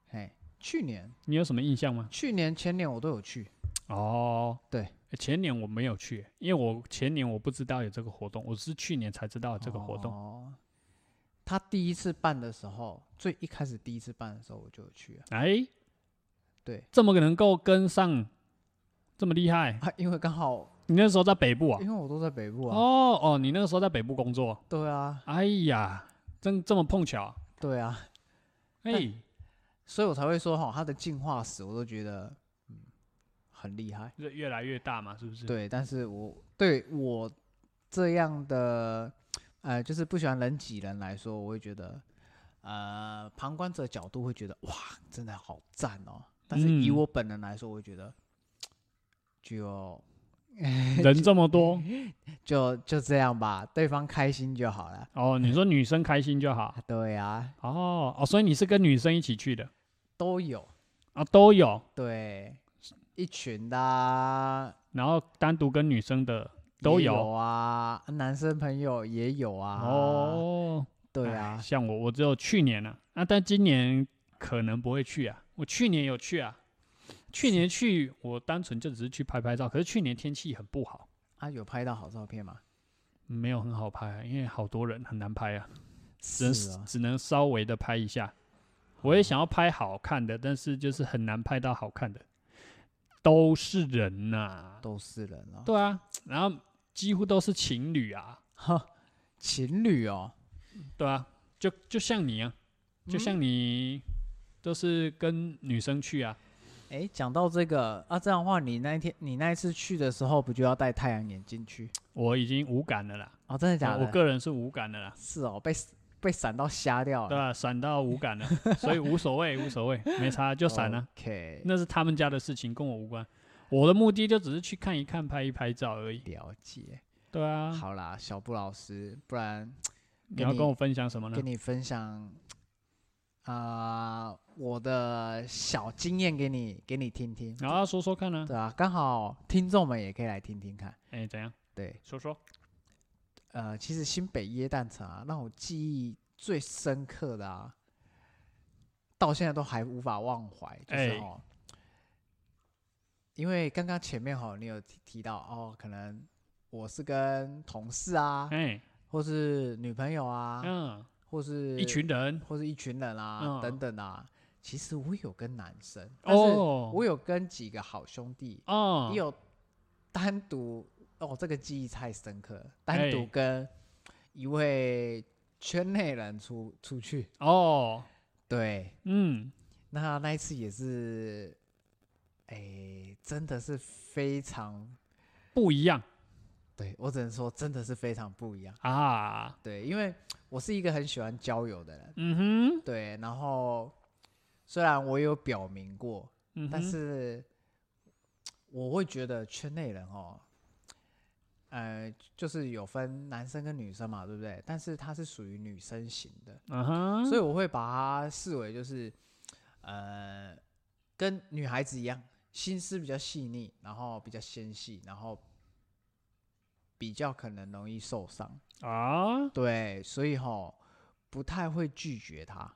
[SPEAKER 2] 嘿，去年、
[SPEAKER 1] 你有什么印象吗？
[SPEAKER 2] 去年、前年我都有去。
[SPEAKER 1] 哦，
[SPEAKER 2] 对
[SPEAKER 1] 诶，前年我没有去，因为我前年我不知道有这个活动，我是去年才知道有这个活动。
[SPEAKER 2] 哦，他第一次办的时候，最一开始第一次办的时候我就有去了 <laughs>
[SPEAKER 1] 哎，
[SPEAKER 2] 对
[SPEAKER 1] 这么能够跟上，这么厉害，
[SPEAKER 2] 啊，因为刚好
[SPEAKER 1] 你那时候在北部啊？
[SPEAKER 2] 因为我都在北部啊，
[SPEAKER 1] 哦哦，你那个时候在北部工作，
[SPEAKER 2] 对啊，
[SPEAKER 1] 哎呀，真这么碰巧啊，
[SPEAKER 2] 对啊，
[SPEAKER 1] 哎、
[SPEAKER 2] 所以我才会说哈，他的进化史我都觉得嗯很厉害。
[SPEAKER 1] 越越来越大嘛，是不是？，
[SPEAKER 2] 对，但是我对我这样的呃，就是不喜欢人挤人来说，我会觉得呃，旁观者角度会觉得哇，真的好赞哦。但是以
[SPEAKER 1] 嗯
[SPEAKER 2] 我本人来说，我会觉得就
[SPEAKER 1] 人这么多，
[SPEAKER 2] 就就这样吧，对方开心就好了。
[SPEAKER 1] 哦，你说女生开心就
[SPEAKER 2] <laughs>
[SPEAKER 1] 好，
[SPEAKER 2] 对啊，
[SPEAKER 1] 哦哦，所以你是跟女生一起去的
[SPEAKER 2] 都有
[SPEAKER 1] 啊，都有，
[SPEAKER 2] 对一群的、啊、
[SPEAKER 1] 然后单独跟女生的都
[SPEAKER 2] 也
[SPEAKER 1] 有
[SPEAKER 2] 有啊，男生朋友也有啊。，
[SPEAKER 1] 哦，
[SPEAKER 2] 对
[SPEAKER 1] 哎
[SPEAKER 2] 啊，
[SPEAKER 1] 像我，我只有去年了、啊，那、但今年可能不会去啊。我去年有去啊，去年去我单纯就只是去拍拍照，可是去年天气很不好，
[SPEAKER 2] 啊有拍到好照片吗？
[SPEAKER 1] 没有很好拍、啊，因为好多人很难拍啊，只能、
[SPEAKER 2] 是啊，
[SPEAKER 1] 只能稍微的拍一下。我也想要拍好看的，但是就是很难拍到好看的，都是人呐、
[SPEAKER 2] 都是人啊。
[SPEAKER 1] 对啊，然后几乎都是情侣啊，
[SPEAKER 2] 哈，情侣哦，
[SPEAKER 1] 对啊，就就像你啊，
[SPEAKER 2] 嗯
[SPEAKER 1] 就像你都是跟女生去啊，
[SPEAKER 2] 哎，讲到这个啊，这样的话，你那一天你那一次去的时候，不就要戴太阳眼镜去？
[SPEAKER 1] 我已经无感了啦，
[SPEAKER 2] 哦，真的假
[SPEAKER 1] 我
[SPEAKER 2] 的？
[SPEAKER 1] 个人是无感的啦，
[SPEAKER 2] 是哦，被被闪到瞎掉
[SPEAKER 1] 对
[SPEAKER 2] 了，
[SPEAKER 1] 啊，闪到无感了，所以无所
[SPEAKER 2] <laughs>
[SPEAKER 1] 谓，无所谓，没差就闪了、啊
[SPEAKER 2] OK，
[SPEAKER 1] 那是他们家的事情，跟我无关。我的目的就只是去看一看、拍一拍照而已。
[SPEAKER 2] 了解。
[SPEAKER 1] 对啊，
[SPEAKER 2] 好啦，小布老师，不然
[SPEAKER 1] 你
[SPEAKER 2] 跟
[SPEAKER 1] 要
[SPEAKER 2] 你
[SPEAKER 1] 跟我分享什么呢
[SPEAKER 2] 跟？你分享啊、我的小经验给你给你听听。
[SPEAKER 1] 然后说说看呢、
[SPEAKER 2] 对啊，刚好听众们也可以来听听看。
[SPEAKER 1] 哎、怎样？
[SPEAKER 2] 对，
[SPEAKER 1] 说说。
[SPEAKER 2] 呃，其实新北椰蛋城啊，让我记忆最深刻的啊，到现在都还无法忘怀，就是
[SPEAKER 1] 哎
[SPEAKER 2] 哦，因为刚刚前面哈、你有提提到哦，可能我是跟同事啊，
[SPEAKER 1] 哎、
[SPEAKER 2] 或是女朋友啊，
[SPEAKER 1] 嗯，
[SPEAKER 2] 或是
[SPEAKER 1] 一群人
[SPEAKER 2] 或是一群人啊、
[SPEAKER 1] 嗯
[SPEAKER 2] 等等啊，其实我有跟男生，但是
[SPEAKER 1] 哦，
[SPEAKER 2] 我有跟几个好兄弟，
[SPEAKER 1] 哦
[SPEAKER 2] 也，有单独哦，这个记忆太深刻了，单
[SPEAKER 1] 哎
[SPEAKER 2] 独跟一位圈内人出出去，
[SPEAKER 1] 哦，
[SPEAKER 2] 对，
[SPEAKER 1] 嗯，
[SPEAKER 2] 那那一次也是，哎、真的是非常，
[SPEAKER 1] 不一样
[SPEAKER 2] 对我只能说真的是非常不一样，
[SPEAKER 1] 啊，
[SPEAKER 2] 对，因为我是一个很喜欢交友的人，
[SPEAKER 1] 嗯哼，
[SPEAKER 2] 对，然后虽然我有表明过，
[SPEAKER 1] 嗯哼，
[SPEAKER 2] 但是我会觉得圈内人哦，呃，就是有分男生跟女生嘛，对不对？但是他是属于女生型的，
[SPEAKER 1] 嗯哼，
[SPEAKER 2] 所以我会把它视为就是，呃，跟女孩子一样，心思比较细腻，然后比较纤细，然后比较可能容易受伤，
[SPEAKER 1] 啊，
[SPEAKER 2] 对，所以吼不太会拒绝他，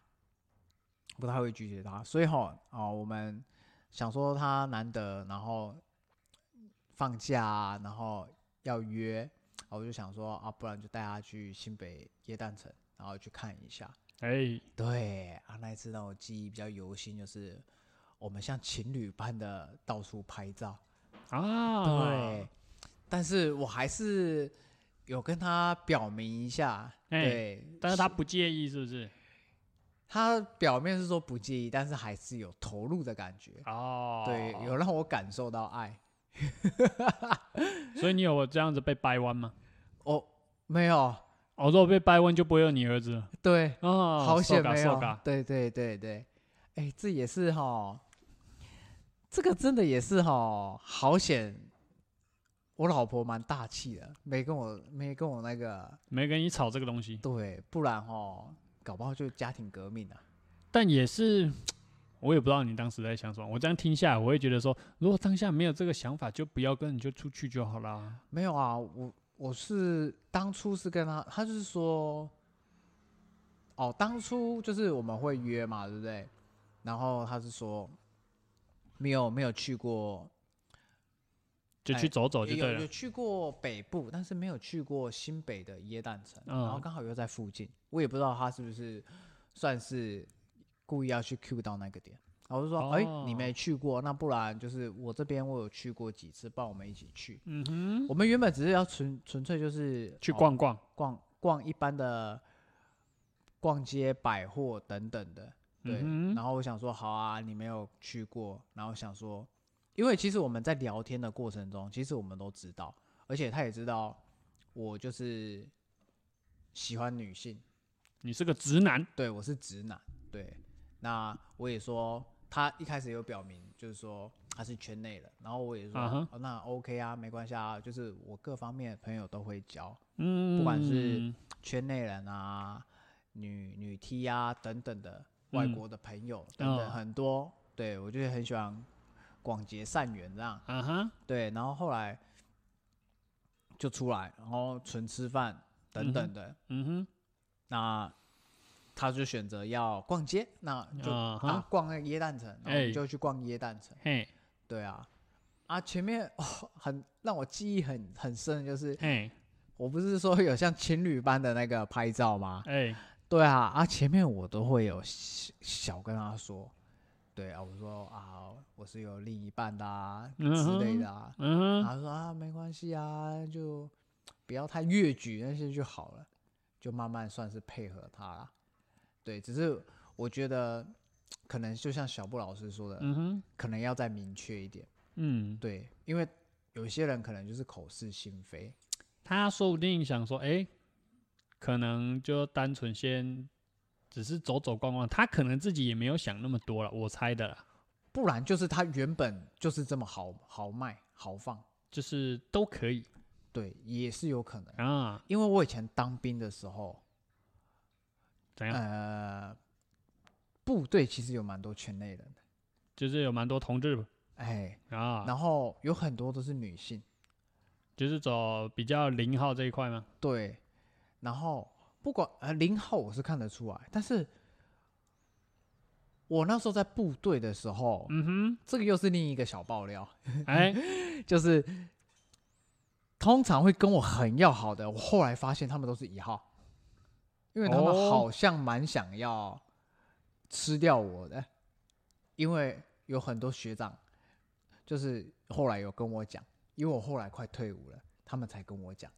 [SPEAKER 2] 不太会拒绝他，所以吼哦，我们想说他难得，然后放假啊、然后要约，啊，我就想说啊，不然就带他去新北耶诞城，然后去看一下。
[SPEAKER 1] 哎，
[SPEAKER 2] 对啊，那一次让我记忆比较犹新，就是我们像情侣般的到处拍照。
[SPEAKER 1] 啊，
[SPEAKER 2] 对，，但是我还是有跟他表明一下，
[SPEAKER 1] 哎
[SPEAKER 2] 对，
[SPEAKER 1] 但是他不介意是不是？
[SPEAKER 2] 他表面是说不介意，但是还是有投入的感觉，
[SPEAKER 1] 哦，
[SPEAKER 2] 对，有让我感受到爱。
[SPEAKER 1] 所以你有这样子被掰弯吗？
[SPEAKER 2] 哦，没有，
[SPEAKER 1] 哦，如果被掰弯就不会有你儿子了。
[SPEAKER 2] 对，
[SPEAKER 1] 哦，
[SPEAKER 2] 好险没
[SPEAKER 1] 受
[SPEAKER 2] 有
[SPEAKER 1] 嘎，
[SPEAKER 2] 对对对对，哎，这也是哈，这个真的也是哈，好险。我老婆蛮大气的，没跟我没跟我那个，
[SPEAKER 1] 没跟你吵这个东西，
[SPEAKER 2] 对，不然哦，搞不好就家庭革命啊。
[SPEAKER 1] 但也是，我也不知道你当时在想什么。我这样听下来，我会觉得说，如果当下没有这个想法，就不要跟你就出去就好啦。
[SPEAKER 2] 没有啊，我我是当初是跟他，他就是说，哦，当初就是我们会约嘛，对不对？然后他是说，没有没有去过，
[SPEAKER 1] 就去
[SPEAKER 2] 哎
[SPEAKER 1] 走走就
[SPEAKER 2] 有
[SPEAKER 1] 对
[SPEAKER 2] 有
[SPEAKER 1] 了
[SPEAKER 2] 有。去过北部，但是没有去过新北的耶诞城，
[SPEAKER 1] 嗯
[SPEAKER 2] 然后刚好又在附近，我也不知道他是不是算是故意要去 Q 到那个点。然后我就说，哎、
[SPEAKER 1] 哦
[SPEAKER 2] 你没去过，那不然就是我这边我有去过几次，帮我们一起去。
[SPEAKER 1] 嗯哼，
[SPEAKER 2] 我们原本只是要纯纯粹就是
[SPEAKER 1] 去
[SPEAKER 2] 哦
[SPEAKER 1] 逛逛。
[SPEAKER 2] 逛逛一般的逛街、百货等等的，对。
[SPEAKER 1] 嗯哼
[SPEAKER 2] 然后我想说，好啊，你没有去过，然后想说，因为其实我们在聊天的过程中，其实我们都知道，而且他也知道我就是喜欢女性，
[SPEAKER 1] 你是个直男，
[SPEAKER 2] 对我是直男，对。那我也说，他一开始有表明，就是说他是圈内人，然后我也说、
[SPEAKER 1] 啊哈
[SPEAKER 2] 哦那 OK 啊，没关系啊，就是我各方面的朋友都会交，
[SPEAKER 1] 嗯，
[SPEAKER 2] 管是圈内人啊、女女 T 啊等等的外
[SPEAKER 1] 嗯
[SPEAKER 2] 国的朋友、等
[SPEAKER 1] 哦
[SPEAKER 2] 等很多，对我就是很喜欢广结善缘这样。
[SPEAKER 1] 啊哈，
[SPEAKER 2] 对，然后后来就出来，然后纯吃饭等等的。
[SPEAKER 1] 嗯
[SPEAKER 2] 那他就选择要逛街，那
[SPEAKER 1] 哼，
[SPEAKER 2] 就、
[SPEAKER 1] 啊
[SPEAKER 2] 啊
[SPEAKER 1] 哈，
[SPEAKER 2] 逛那个耶诞城，然后我
[SPEAKER 1] 哎
[SPEAKER 2] 们就去逛耶诞城。
[SPEAKER 1] 嘿，
[SPEAKER 2] 对啊，啊前面、哦、很让我记忆很很深的就是，
[SPEAKER 1] 嘿，
[SPEAKER 2] 我不是说有像情侣般的那个拍照吗？
[SPEAKER 1] 哎，
[SPEAKER 2] 对啊，啊，前面我都会有小小跟他说，对啊，我说啊，我是有另一半的啊之类的啊，
[SPEAKER 1] 嗯哼，
[SPEAKER 2] 他说啊，没关系啊，就不要太越矩那些就好了，就慢慢算是配合他啦。对，只是我觉得可能就像小布老师说的，
[SPEAKER 1] 嗯哼，
[SPEAKER 2] 可能要再明确一点，
[SPEAKER 1] 嗯，
[SPEAKER 2] 对，因为有些人可能就是口是心非，
[SPEAKER 1] 他说不定想说，哎、可能就单纯先只是走走逛逛，他可能自己也没有想那么多了，我猜的啦，
[SPEAKER 2] 不然就是他原本就是这么豪豪迈豪放，
[SPEAKER 1] 就是都可以
[SPEAKER 2] 对，也是有可能。
[SPEAKER 1] 啊，
[SPEAKER 2] 因为我以前当兵的时候，
[SPEAKER 1] 怎样？
[SPEAKER 2] 呃，部队其实有蛮多圈内人的，
[SPEAKER 1] 就是有蛮多同志
[SPEAKER 2] 哎，
[SPEAKER 1] 啊，
[SPEAKER 2] 然后有很多都是女性，
[SPEAKER 1] 就是走比较零号这一块吗？
[SPEAKER 2] 对，然后不管呃零号我是看得出来，但是我那时候在部队的时候，
[SPEAKER 1] 嗯
[SPEAKER 2] 这个又是另一个小爆料，
[SPEAKER 1] 哼，哎、
[SPEAKER 2] 就是通常会跟我很要好的，我后来发现他们都是一号，因为他们
[SPEAKER 1] 哦
[SPEAKER 2] 好像蛮想要吃掉我的，因为有很多学长就是后来有跟我讲，因为我后来快退伍了，他们才跟我讲。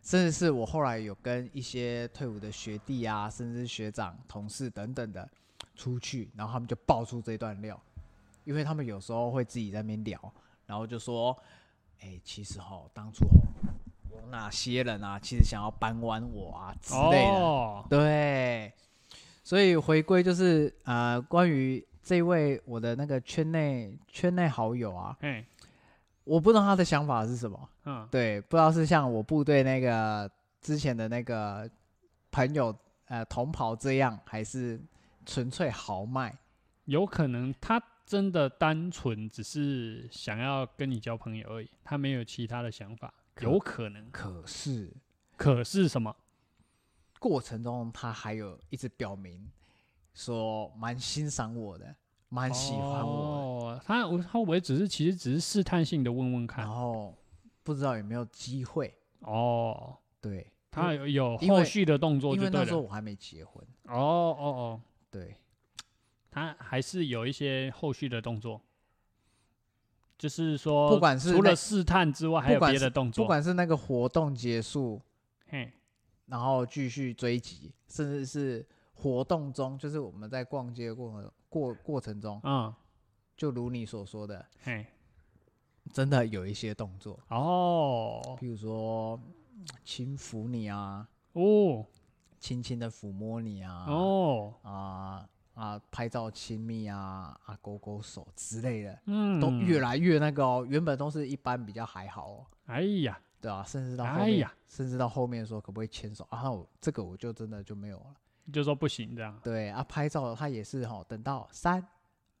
[SPEAKER 2] 甚至是我后来有跟一些退伍的学弟啊，甚至是学长、同事等等的出去，然后他们就爆出这段料，因为他们有时候会自己在那边聊，然后就说：“哎、其实哈，当初吼有哪些人啊，其实想要搬弯我啊 <laughs> 之类的。
[SPEAKER 1] 哦，
[SPEAKER 2] 对，所以回归就是呃，关于这位我的那个圈内圈内好友啊，
[SPEAKER 1] 哎，
[SPEAKER 2] 我不知道他的想法是什么。
[SPEAKER 1] 嗯，
[SPEAKER 2] 对，不知道是像我部队那个之前的那个朋友呃同袍这样，还是纯粹豪迈。
[SPEAKER 1] 有可能他真的单纯只是想要跟你交朋友而已，他没有其他的想法，
[SPEAKER 2] 可
[SPEAKER 1] 有可能。
[SPEAKER 2] 可是
[SPEAKER 1] 可是什么？
[SPEAKER 2] 过程中，他还有一直表明说蛮欣赏我的，蛮喜欢我哦的，
[SPEAKER 1] 哦、他我他会不会只是其实只是试探性的问问看
[SPEAKER 2] 然？后不知道有没有机会。
[SPEAKER 1] 哦，
[SPEAKER 2] 对，
[SPEAKER 1] 他有有
[SPEAKER 2] 因为
[SPEAKER 1] 后续的动作
[SPEAKER 2] 因
[SPEAKER 1] 就
[SPEAKER 2] 为那
[SPEAKER 1] 对
[SPEAKER 2] 时候
[SPEAKER 1] 了。
[SPEAKER 2] 我还没结婚，
[SPEAKER 1] 哦哦哦，
[SPEAKER 2] 对，
[SPEAKER 1] 他还是有一些后续的动作，就是说，
[SPEAKER 2] 不管是
[SPEAKER 1] 哦除了
[SPEAKER 2] 那
[SPEAKER 1] 试探之外，还有
[SPEAKER 2] 不管
[SPEAKER 1] 别
[SPEAKER 2] 是
[SPEAKER 1] 的动
[SPEAKER 2] 不
[SPEAKER 1] 作。
[SPEAKER 2] 管是那个活动结束，
[SPEAKER 1] 嘿，
[SPEAKER 2] 然后继续追击，甚至是活动中，就是我们在逛街的过程过过程中，
[SPEAKER 1] 嗯，
[SPEAKER 2] 就如你所说的，
[SPEAKER 1] 嘿，
[SPEAKER 2] 真的有一些动作，
[SPEAKER 1] 哦
[SPEAKER 2] 譬如说嗯轻抚你啊，
[SPEAKER 1] 哦
[SPEAKER 2] 轻轻的抚摸你啊，
[SPEAKER 1] 哦，
[SPEAKER 2] 啊啊，拍照亲密啊，啊勾勾手之类的，
[SPEAKER 1] 嗯，
[SPEAKER 2] 都越来越那个哦。原本都是一般比较还好哦，
[SPEAKER 1] 哎呀，
[SPEAKER 2] 对啊，甚至到后
[SPEAKER 1] 哎
[SPEAKER 2] 面，
[SPEAKER 1] 呀，
[SPEAKER 2] 甚至到后面说可不可以牵手啊？那我这个我就真的就没有了。
[SPEAKER 1] 就说不行这样。
[SPEAKER 2] 对啊，拍照他也是哈，等到三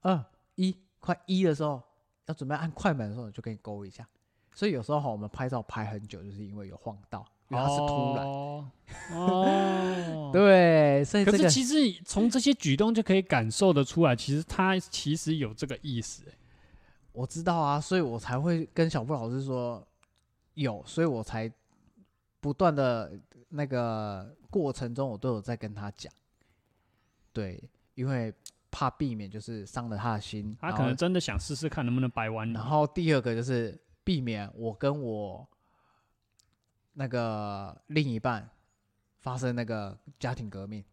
[SPEAKER 2] 二一快一的时候，要准备按快门的时候，就给你勾一下。所以有时候哈，我们拍照拍很久，就是因为有晃到，因为它是突然。
[SPEAKER 1] 哦，
[SPEAKER 2] <laughs>
[SPEAKER 1] 哦
[SPEAKER 2] 对，所以
[SPEAKER 1] 可
[SPEAKER 2] 这
[SPEAKER 1] 是
[SPEAKER 2] 个
[SPEAKER 1] 其实你从这些举动就可以感受得出来，其实他其实有这个意思、欸
[SPEAKER 2] 我知道啊，所以我才会跟小布老师说有，所以我才不断的那个过程中，我都有在跟他讲。对，因为怕避免就是伤了他的心，
[SPEAKER 1] 他
[SPEAKER 2] 然
[SPEAKER 1] 可
[SPEAKER 2] 后
[SPEAKER 1] 能真的想试试看能不能掰弯你
[SPEAKER 2] 然。后第二个就是避免我跟我那个另一半发生那个家庭革命。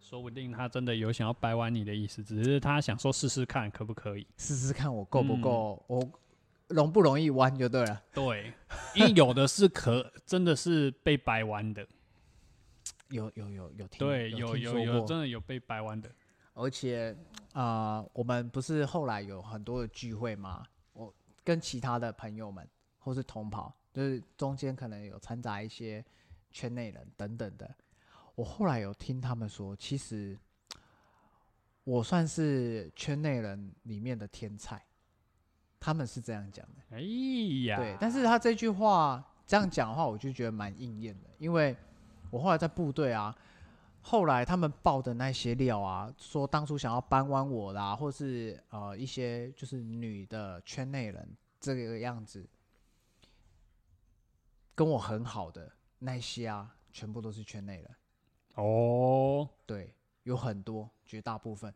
[SPEAKER 1] 说不定他真的有想要掰弯你的意思，只是他想说试试看可不可以。
[SPEAKER 2] 试试看我够不
[SPEAKER 1] 嗯
[SPEAKER 2] 够，我容不容易弯就对了。
[SPEAKER 1] 对，因为有的是可真的是被掰弯的，
[SPEAKER 2] 有有有有听
[SPEAKER 1] 对，有
[SPEAKER 2] 有听
[SPEAKER 1] 有
[SPEAKER 2] 说
[SPEAKER 1] 有
[SPEAKER 2] 过
[SPEAKER 1] 真的有被掰弯的。
[SPEAKER 2] 而且啊、呃我们不是后来有很多的聚会吗？我跟其他的朋友们或是同袍，就是中间可能有掺杂一些圈内人等等的。我后来有听他们说，其实我算是圈内人里面的天才，他们是这样讲的。
[SPEAKER 1] 哎呀，
[SPEAKER 2] 对，但是他这句话这样讲的话，我就觉得蛮应验的，因为我后来在部队啊，后来他们爆的那些料啊，说当初想要搬弯我啦、或是呃一些就是女的圈内人这个样子，跟我很好的那些啊，全部都是圈内人，
[SPEAKER 1] 哦，
[SPEAKER 2] 对，有很多，绝大部分，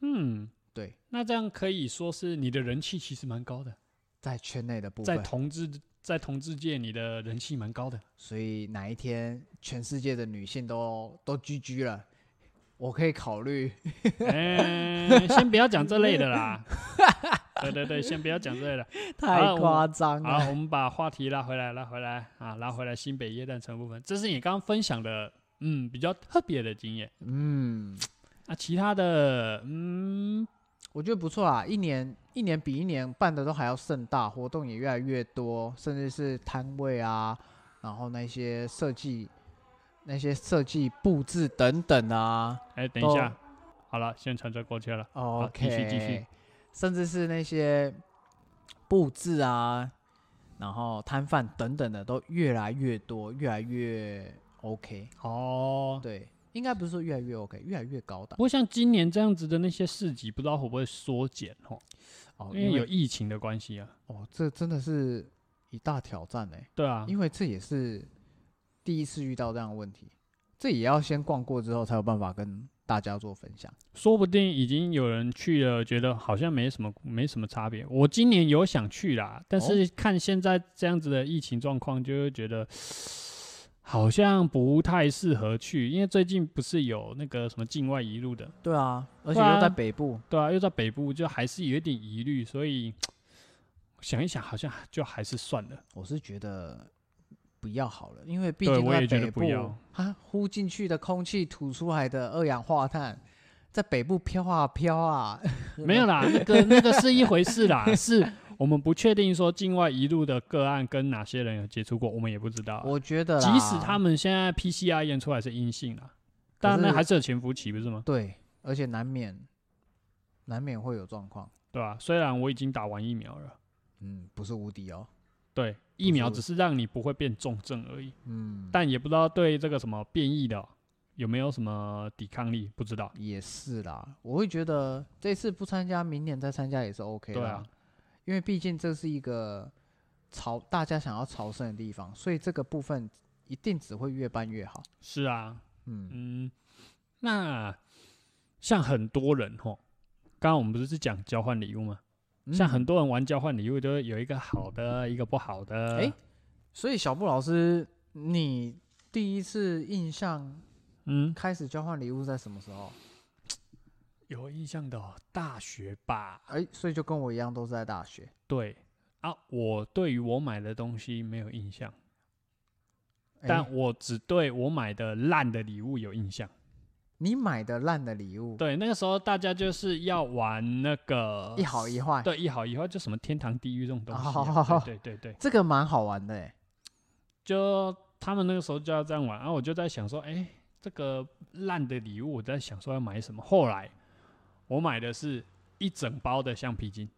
[SPEAKER 1] 嗯，
[SPEAKER 2] 对，
[SPEAKER 1] 那这样可以说是你的人气其实蛮高的，
[SPEAKER 2] 在圈内的部
[SPEAKER 1] 在
[SPEAKER 2] 分，
[SPEAKER 1] 同志在同志界你的人气蛮
[SPEAKER 2] <laughs>
[SPEAKER 1] 高的。
[SPEAKER 2] 所以哪一天全世界的女性都都居居了，我可以考虑。
[SPEAKER 1] 嗯、先不要讲这类的
[SPEAKER 2] <laughs>
[SPEAKER 1] 啦。对对对，先不要讲这类的。
[SPEAKER 2] 太夸张了。
[SPEAKER 1] 好，我们把话题拉回来，拉回来啊，拉回来新北夜诞城部分，这是你刚刚分享的，嗯，比较特别的经验。
[SPEAKER 2] 嗯，
[SPEAKER 1] 啊，其他的，嗯，
[SPEAKER 2] 我觉得不错啦，一年一年比一年办的都还要盛大，活动也越来越多，甚至是摊位啊，然后那些设计、那些设计布置等等啊。
[SPEAKER 1] 哎、等一下
[SPEAKER 2] 都，
[SPEAKER 1] 好了，宣传就过去了。继
[SPEAKER 2] OK，
[SPEAKER 1] 续继续
[SPEAKER 2] 甚至是那些布置啊，然后摊贩等等的都越来越多，越来越 OK。
[SPEAKER 1] 哦，
[SPEAKER 2] 对，应该不是说越来越 OK，越来越高档
[SPEAKER 1] 不。过像今年这样子的那些市集，不知道会不会缩减哦，
[SPEAKER 2] 哦，
[SPEAKER 1] 因为有疫情的关系啊。
[SPEAKER 2] 哦，这真的是一大挑战呢、欸
[SPEAKER 1] 对啊，
[SPEAKER 2] 因为这也是第一次遇到这样的问题，这也要先逛过之后才有办法跟大家做分享。
[SPEAKER 1] 说不定已经有人去了，觉得好像没什么没什么差别。我今年有想去啦，但是
[SPEAKER 2] 哦
[SPEAKER 1] 看现在这样子的疫情状况，就会觉得 <sighs> 好像不太适合去，因为最近不是有那个什么境外移入的，
[SPEAKER 2] 对啊，而且
[SPEAKER 1] 对
[SPEAKER 2] 又在
[SPEAKER 1] 啊
[SPEAKER 2] 北部，
[SPEAKER 1] 对啊，又在北部，就还是有一点疑虑，所以想一想，好像就还是算了。
[SPEAKER 2] 我是觉得不要好了，因为毕
[SPEAKER 1] 对
[SPEAKER 2] 竟
[SPEAKER 1] 我
[SPEAKER 2] 在
[SPEAKER 1] 也觉得
[SPEAKER 2] 北
[SPEAKER 1] 不
[SPEAKER 2] 部
[SPEAKER 1] 要，
[SPEAKER 2] 它呼进去的空气吐出来的二氧化碳。在北部飘啊飘啊，
[SPEAKER 1] 没有啦，那个那个是一回事啦，是我们不确定说境外移入的个案跟哪些人有接触过，我们也不知道啊。
[SPEAKER 2] 我觉得啦，
[SPEAKER 1] 即使他们现在 PCR 验出来是阴性啦，但那还是有潜伏期，不是吗？
[SPEAKER 2] 对，而且难免难免会有状况，
[SPEAKER 1] 对吧、虽然我已经打完疫苗了，
[SPEAKER 2] 嗯，不是无敌哦，
[SPEAKER 1] 对，疫苗
[SPEAKER 2] 不是
[SPEAKER 1] 只是让你不会变重症而已，
[SPEAKER 2] 嗯，
[SPEAKER 1] 但也不知道对这个什么变异的有没有什么抵抗力，不知道。
[SPEAKER 2] 也是啦，我会觉得这次不参加，明年再参加也是 OK
[SPEAKER 1] 对
[SPEAKER 2] 啦。
[SPEAKER 1] 啊，
[SPEAKER 2] 因为毕竟这是一个朝大家想要朝圣的地方，所以这个部分一定只会越办越好。
[SPEAKER 1] 是啊，
[SPEAKER 2] 嗯，
[SPEAKER 1] 嗯，那像很多人吼，刚刚我们不是讲交换礼物吗？像很
[SPEAKER 2] 嗯，
[SPEAKER 1] 多人玩交换礼物，都会有一个好的，一个不好的。
[SPEAKER 2] 诶所以小布老师，你第一次印象
[SPEAKER 1] 嗯，
[SPEAKER 2] 开始交换礼物是在什么时候？
[SPEAKER 1] 有印象的、哦，大学吧？
[SPEAKER 2] 哎、所以就跟我一样都是在大学。
[SPEAKER 1] 对啊，我对于我买的东西没有印象，
[SPEAKER 2] 诶
[SPEAKER 1] 但我只对我买的烂的礼物有印象。
[SPEAKER 2] 你买的烂的礼物，
[SPEAKER 1] 对，那个时候大家就是要玩那个
[SPEAKER 2] 一好一坏，
[SPEAKER 1] 对一好一坏，就什么天堂地狱这种东西啊、
[SPEAKER 2] 哦
[SPEAKER 1] 对对对对，
[SPEAKER 2] 这个蛮好玩的、诶
[SPEAKER 1] 就他们那个时候就要这样玩，然、后我就在想说，哎、这个烂的礼物，我在想说要买什么。后来我买的是一整包的橡皮筋，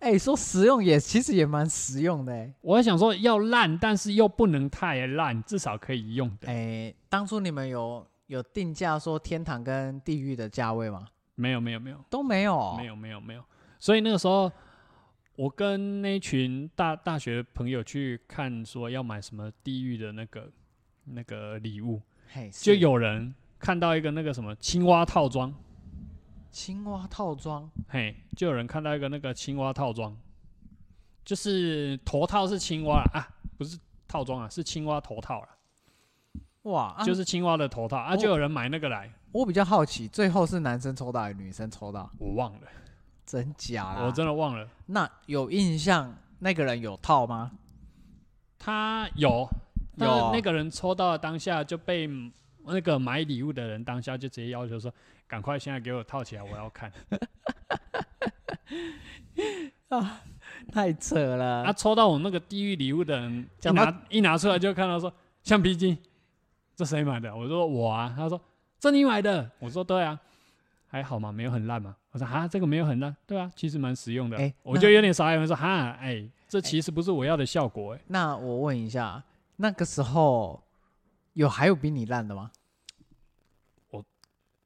[SPEAKER 2] 哎、说实用也其实也蛮实用的、诶
[SPEAKER 1] 我在想说要烂，但是又不能太烂，至少可以用的。
[SPEAKER 2] 哎、当初你们有有定价说天堂跟地狱的价位吗？
[SPEAKER 1] 没有没有没有
[SPEAKER 2] 都没有，
[SPEAKER 1] 没，有没有没有，所以那个时候。我跟那群大大学朋友去看，说要买什么地狱的那个那个礼物，
[SPEAKER 2] 嘿，
[SPEAKER 1] 就是有人看到一个那个什么青蛙套装，
[SPEAKER 2] 青蛙套装，
[SPEAKER 1] 嘿，就有人看到一个那个青蛙套装，就是头套是青蛙啦啊，不是套装啊，是青蛙头套啦，
[SPEAKER 2] 哇，啊、
[SPEAKER 1] 就是青蛙的头套啊，
[SPEAKER 2] 哦
[SPEAKER 1] 就有人买那个来，
[SPEAKER 2] 我比较好奇，最后是男生抽到还是女生抽到？
[SPEAKER 1] 我忘了，
[SPEAKER 2] 真假啦？
[SPEAKER 1] 我真的忘了，
[SPEAKER 2] 那有印象，那个人有套吗？
[SPEAKER 1] 他
[SPEAKER 2] 哦
[SPEAKER 1] 有，但
[SPEAKER 2] 有
[SPEAKER 1] 是那个人抽到的当下就被那个买礼物的人当下就直接要求说，赶快现在给我套起来，我要看。
[SPEAKER 2] 太扯了！
[SPEAKER 1] 啊，抽到我那个地狱礼物的人，一
[SPEAKER 2] 讲到
[SPEAKER 1] 拿一拿出来就看到说橡皮筋，这谁买的？我说我啊。他说这你买的？我说对啊。还好嘛，没有很烂嘛。我说哈，这个没有很烂，对啊，其实蛮实用的。
[SPEAKER 2] 哎
[SPEAKER 1] 我
[SPEAKER 2] 那
[SPEAKER 1] 就有点傻眼，我说哈，哎、这其实不是我要的效果、哎、
[SPEAKER 2] 那我问一下，那个时候有还有比你烂的吗？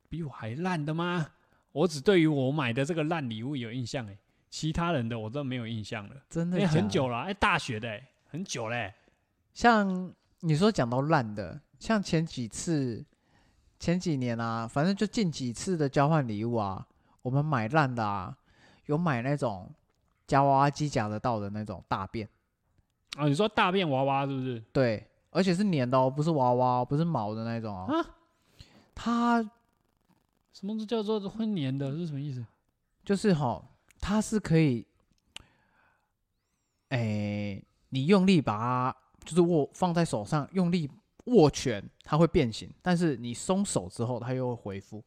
[SPEAKER 1] 比我还烂的吗？我只对于我买的这个烂礼物有印象、哎，其他人的我都没有印象了。
[SPEAKER 2] 真
[SPEAKER 1] 因
[SPEAKER 2] 的、
[SPEAKER 1] 为很久。了，哎、大学的、哎，很久嘞、哎
[SPEAKER 2] 像你说讲到烂的，像前几次、前几年啊，反正就近几次的交换礼物啊，我们买烂的啊，有买那种夹娃娃机夹得到的那种大便，
[SPEAKER 1] 啊，你说大便娃娃是不是？
[SPEAKER 2] 对，而且是粘的哦，不是娃娃哦，不是毛的那种哦。
[SPEAKER 1] 啊，
[SPEAKER 2] 它
[SPEAKER 1] 什么叫做会粘的？是什么意思？
[SPEAKER 2] 就是哈，它是可以，哎、你用力把它就是握放在手上，用力握拳，它会变形，但是你松手之后，它又会恢复，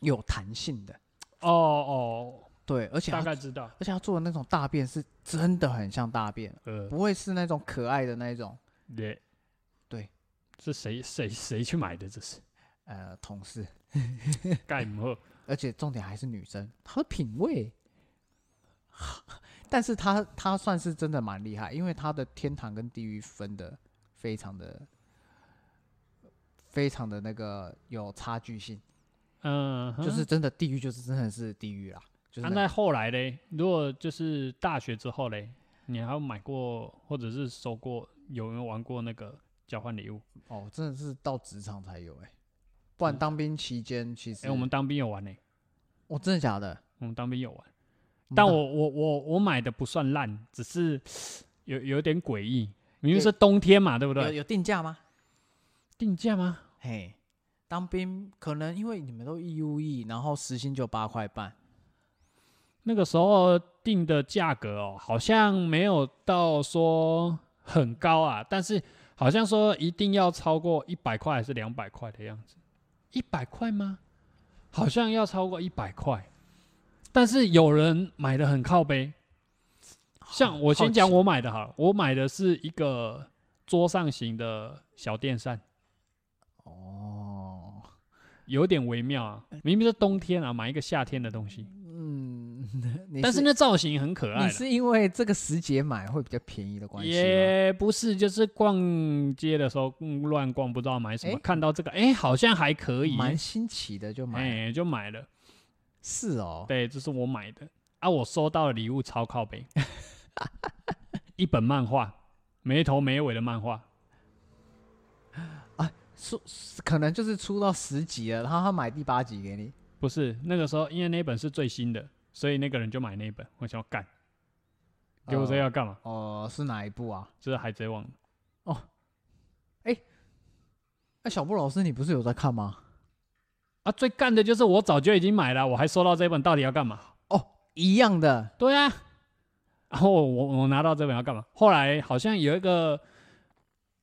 [SPEAKER 2] 有弹性的。
[SPEAKER 1] 哦哦，
[SPEAKER 2] 对，而且它
[SPEAKER 1] 大概知道。
[SPEAKER 2] 而且它做的那种大便是真的很像大便，
[SPEAKER 1] 呃，
[SPEAKER 2] 不会是那种可爱的那种。
[SPEAKER 1] 对
[SPEAKER 2] 对，
[SPEAKER 1] 是谁谁谁去买的？这
[SPEAKER 2] <laughs>
[SPEAKER 1] 是
[SPEAKER 2] 呃，同事，
[SPEAKER 1] 盖姆赫
[SPEAKER 2] 而且重点还是女生，她的品味。 <laughs> 但是她她算是真的蛮厉害，因为她的天堂跟地狱分的非常的非常的那个有差距性，
[SPEAKER 1] 嗯哼，
[SPEAKER 2] 就是真的地狱就是真的是地狱啦，就是
[SPEAKER 1] 啊。
[SPEAKER 2] 那
[SPEAKER 1] 那后来嘞，如果就是大学之后嘞，你还有买过或者是收过，有没有玩过那个交换礼物？
[SPEAKER 2] 哦，真的是到职场才有哎、不然
[SPEAKER 1] 职
[SPEAKER 2] 当兵期间其实
[SPEAKER 1] 哎，我们当兵有玩嘞，
[SPEAKER 2] 哦真的假的？
[SPEAKER 1] 我们当兵有玩，
[SPEAKER 2] 我们
[SPEAKER 1] 但
[SPEAKER 2] 当
[SPEAKER 1] 我我我我买的不算烂，只是有有点诡异，明明
[SPEAKER 2] 有
[SPEAKER 1] 是冬天嘛，对不
[SPEAKER 2] 有
[SPEAKER 1] 对？
[SPEAKER 2] 有定价吗？
[SPEAKER 1] 定价吗？
[SPEAKER 2] 嘿，当兵可能因为你们都义务役，然后时薪就八块半，
[SPEAKER 1] 那个时候哦定的价格哦，好像没有到说很高啊，但是好像说一定要超过一百块还是两百块的样子，一百块吗？好像要超过一百块，但是有人买的很靠背，像我先讲
[SPEAKER 2] 好奇
[SPEAKER 1] 我买哦的好了，我买的是一个桌上型的小电扇，
[SPEAKER 2] 哦。
[SPEAKER 1] 有点微妙啊，明明是冬天啊，买一个夏天的东西，
[SPEAKER 2] 嗯， <laughs> 你
[SPEAKER 1] 但是那造型很可爱啦。
[SPEAKER 2] 你是因为这个时节买会比较便宜的关系吗？
[SPEAKER 1] 也不是，就是逛街的时候嗯乱逛，不知道买什么，
[SPEAKER 2] 诶
[SPEAKER 1] 看到这个，哎、好像还可以，
[SPEAKER 2] 蛮新奇的就买了。
[SPEAKER 1] 哎、就买了。
[SPEAKER 2] 是哦，
[SPEAKER 1] 对，这是我买的。啊，我收到的礼物超靠北， <laughs> 一本漫画，没头没尾的漫画，
[SPEAKER 2] 出可能就是出到十集了，然后他买第八集给你，
[SPEAKER 1] 不是那个时候，因为那本是最新的，所以那个人就买那本。我想要干，给我这要干嘛？
[SPEAKER 2] 哦、是哪一部啊？
[SPEAKER 1] 这是海贼王，
[SPEAKER 2] 哎、小布老师，你不是有在看吗？
[SPEAKER 1] 啊，最干的就是我早就已经买了，啊我还收到这本，到底要干嘛？
[SPEAKER 2] 哦，一样的，
[SPEAKER 1] 对啊，然后我我我拿到这本要干嘛？后来好像有一个，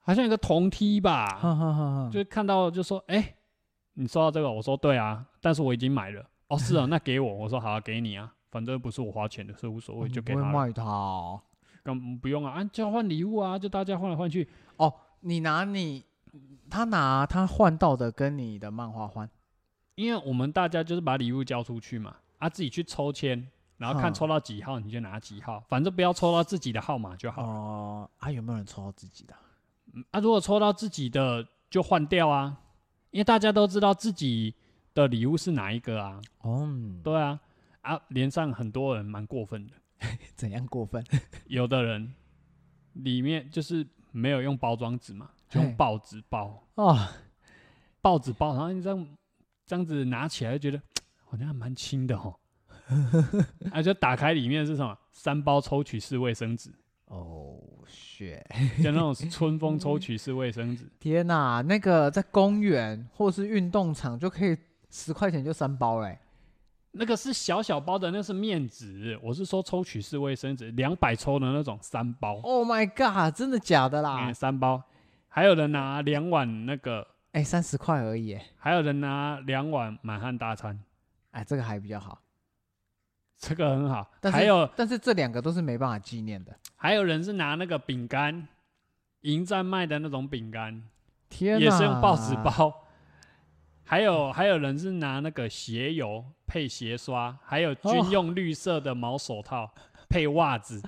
[SPEAKER 1] 好像有一个同梯吧，
[SPEAKER 2] 哈哈哈哈
[SPEAKER 1] 就看到就说，哎、你收到这个？我说对啊，但是我已经买了。哦，是
[SPEAKER 2] <laughs>
[SPEAKER 1] 啊，那给我。我说好、啊，给你啊，反正不是我花钱的，所以无所谓，就给
[SPEAKER 2] 不会
[SPEAKER 1] 他了。
[SPEAKER 2] 卖他哦。
[SPEAKER 1] 干不用啊，啊，交换礼物啊，就大家换来换去。
[SPEAKER 2] 你拿你，他拿他换到的跟你的漫画换，
[SPEAKER 1] 因为我们大家就是把礼物交出去嘛，啊，自己去抽签，然后看
[SPEAKER 2] 嗯
[SPEAKER 1] 抽到几号你就拿几号，反正不要抽到自己的号码就好。
[SPEAKER 2] 哦、啊，有没有人抽到自己的啊？
[SPEAKER 1] 嗯啊，如果抽到自己的就换掉啊，因为大家都知道自己的礼物是哪一个啊。
[SPEAKER 2] 哦，嗯
[SPEAKER 1] 对啊，啊，连上很多人蛮过分的，
[SPEAKER 2] <laughs> 怎样过 <laughs> 分？
[SPEAKER 1] 有的人里面就是没有用包装纸嘛，就用
[SPEAKER 2] 嘿
[SPEAKER 1] 报纸包，
[SPEAKER 2] 哦，
[SPEAKER 1] 报纸包，然后你这样这样子拿起来就觉得好像还蛮轻的哦。 <laughs> 啊，就打开里面是什么？三包抽取式卫生纸，
[SPEAKER 2] 哦，血！
[SPEAKER 1] 就那种春风抽取式卫生纸。
[SPEAKER 2] <laughs> 天哪、那个在公园或是运动场就可以十块钱就三包欸嘞、
[SPEAKER 1] 那个是小小包的，那是面纸。我是说抽取式卫生纸，两百抽的那种三包，
[SPEAKER 2] Oh my god！真的假的啦
[SPEAKER 1] 嗯，？三包。还有人拿两碗那个，
[SPEAKER 2] 哎、三十块而已、欸，
[SPEAKER 1] 还有人拿两碗满汉大餐，
[SPEAKER 2] 哎，这个还比较好。
[SPEAKER 1] 这个很好。
[SPEAKER 2] 但是
[SPEAKER 1] 还有
[SPEAKER 2] 但是这两个都是没办法纪念的。
[SPEAKER 1] 还有人是拿那个饼干，迎战卖的那种饼干，
[SPEAKER 2] 天哪！
[SPEAKER 1] 也是用报纸。包。还有还有人是拿那个鞋油配鞋刷，还有军
[SPEAKER 2] 哦
[SPEAKER 1] 用绿色的毛手套配袜
[SPEAKER 2] <laughs>
[SPEAKER 1] 子，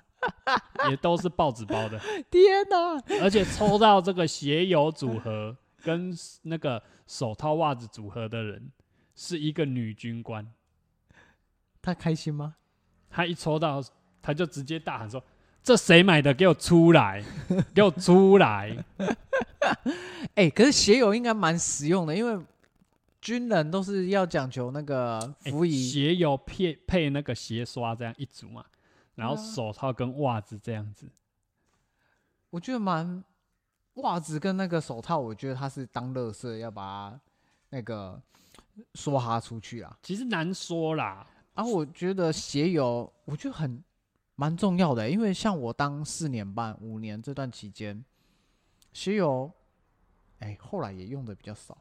[SPEAKER 1] 也都是报纸包的。
[SPEAKER 2] 天哪！
[SPEAKER 1] 而且抽到这个鞋油组合跟那个手套袜子组合的人是一个女军官，
[SPEAKER 2] 他开心吗？
[SPEAKER 1] 她一抽到，她就直接大喊说：“这谁买的？给我出来！给我出来
[SPEAKER 2] <laughs> 哎、可是鞋油应该蛮实用的，因为军人都是要讲求那个！”服
[SPEAKER 1] 欸
[SPEAKER 2] 仪。
[SPEAKER 1] 鞋油配配那个鞋刷这样一组嘛，然后
[SPEAKER 2] 对啊
[SPEAKER 1] 手套跟袜子这样子，
[SPEAKER 2] 我觉得蛮袜子跟那个手套，我觉得它是当乐色，要把它那个梭哈出去啊。
[SPEAKER 1] 其实难说啦。
[SPEAKER 2] 啊，我觉得鞋油，我觉得很蛮重要的欸，因为像我当四年半、五年这段期间，鞋油，哎、后来也用的比较少，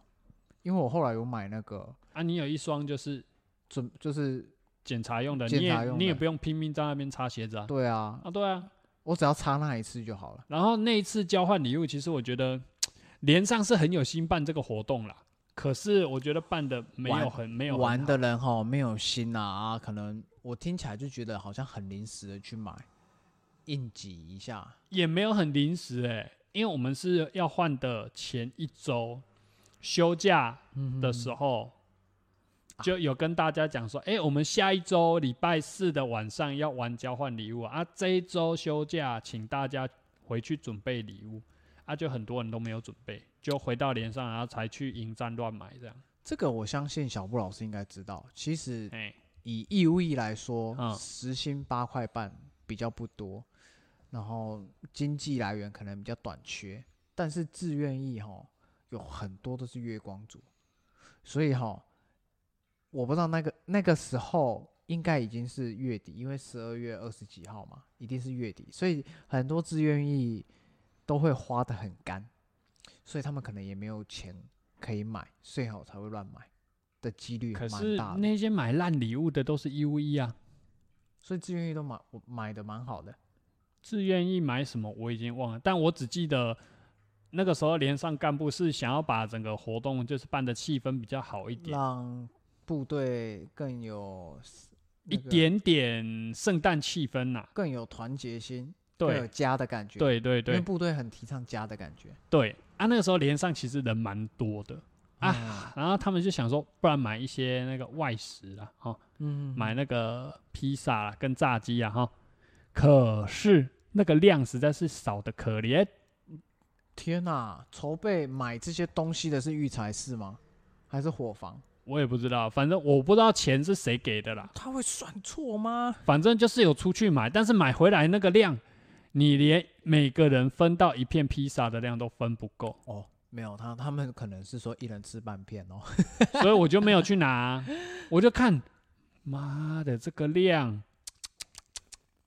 [SPEAKER 2] 因为我后来有买那个
[SPEAKER 1] 啊，你有一双就是
[SPEAKER 2] 准，就是
[SPEAKER 1] 检查用的，
[SPEAKER 2] 检
[SPEAKER 1] 你
[SPEAKER 2] 查
[SPEAKER 1] 也
[SPEAKER 2] 用的
[SPEAKER 1] 你也不用拼命在那边擦鞋子啊。
[SPEAKER 2] 对啊，
[SPEAKER 1] 啊，对啊，
[SPEAKER 2] 我只要擦那一次就好了。
[SPEAKER 1] 然后那一次交换礼物，其实我觉得连上是很有心办这个活动啦，可是我觉得办的没有
[SPEAKER 2] 玩
[SPEAKER 1] 很没有很
[SPEAKER 2] 玩
[SPEAKER 1] 好
[SPEAKER 2] 的人哈没有心啊啊，可能我听起来就觉得好像很临时的去买，应急一下。
[SPEAKER 1] 也没有很临时哎、因为我们是要换的前一周休假
[SPEAKER 2] 嗯
[SPEAKER 1] 的时候，就有跟大家讲说，哎、我们下一周礼拜四的晚上要玩交换礼物啊，啊这一周休假，请大家回去准备礼物啊，就很多人都没有准备，就回到连上，然后才去迎战乱买这样，
[SPEAKER 2] 这个我相信小布老师应该知道。其实
[SPEAKER 1] 哎、
[SPEAKER 2] 以义务役来说，
[SPEAKER 1] 嗯
[SPEAKER 2] 时薪八块半比较不多，然后经济来源可能比较短缺，但是志愿役哈有很多都是月光族，所以哈，我不知道那个那个时候应该已经是月底，因为十二月二十几号嘛，一定是月底，所以很多志愿役都会花的很干，所以他们可能也没有钱可以买，所以好才会乱买的几率
[SPEAKER 1] 可
[SPEAKER 2] 蛮
[SPEAKER 1] 是
[SPEAKER 2] 大的。
[SPEAKER 1] 那些买烂礼物的都是义务役啊，
[SPEAKER 2] 所以志愿役都买我买的蛮好的。
[SPEAKER 1] 自愿意买什么我已经忘了，但我只记得那个时候连上干部是想要把整个活动就是办的气氛比较好一点，
[SPEAKER 2] 让部队更有、
[SPEAKER 1] 一，点点圣诞气氛呐、
[SPEAKER 2] 更有团结心，更有
[SPEAKER 1] 对
[SPEAKER 2] 家的感觉。，
[SPEAKER 1] 对对
[SPEAKER 2] 因为
[SPEAKER 1] 对
[SPEAKER 2] 部队很提倡家的感觉。
[SPEAKER 1] 对啊，那个时候连上其实人蛮多的，
[SPEAKER 2] 嗯
[SPEAKER 1] 啊，然后他们就想说，不然买一些那个外食啦，哦，
[SPEAKER 2] 嗯，
[SPEAKER 1] 买那个披萨啦跟炸鸡啊，哈、可是那个量实在是少的可怜，
[SPEAKER 2] 天哪、筹备买这些东西的是育才室吗？还是伙房？
[SPEAKER 1] 我也不知道，反正我不知道钱是谁给的啦，
[SPEAKER 2] 他会算错吗？
[SPEAKER 1] 反正就是有出去买，但是买回来那个量，你连每个人分到一片披萨的量都分不够，
[SPEAKER 2] 哦，没有，他他们可能是说一人吃半片
[SPEAKER 1] <laughs>
[SPEAKER 2] 哦。
[SPEAKER 1] 所以我就没有去拿，我就看，妈的这个量，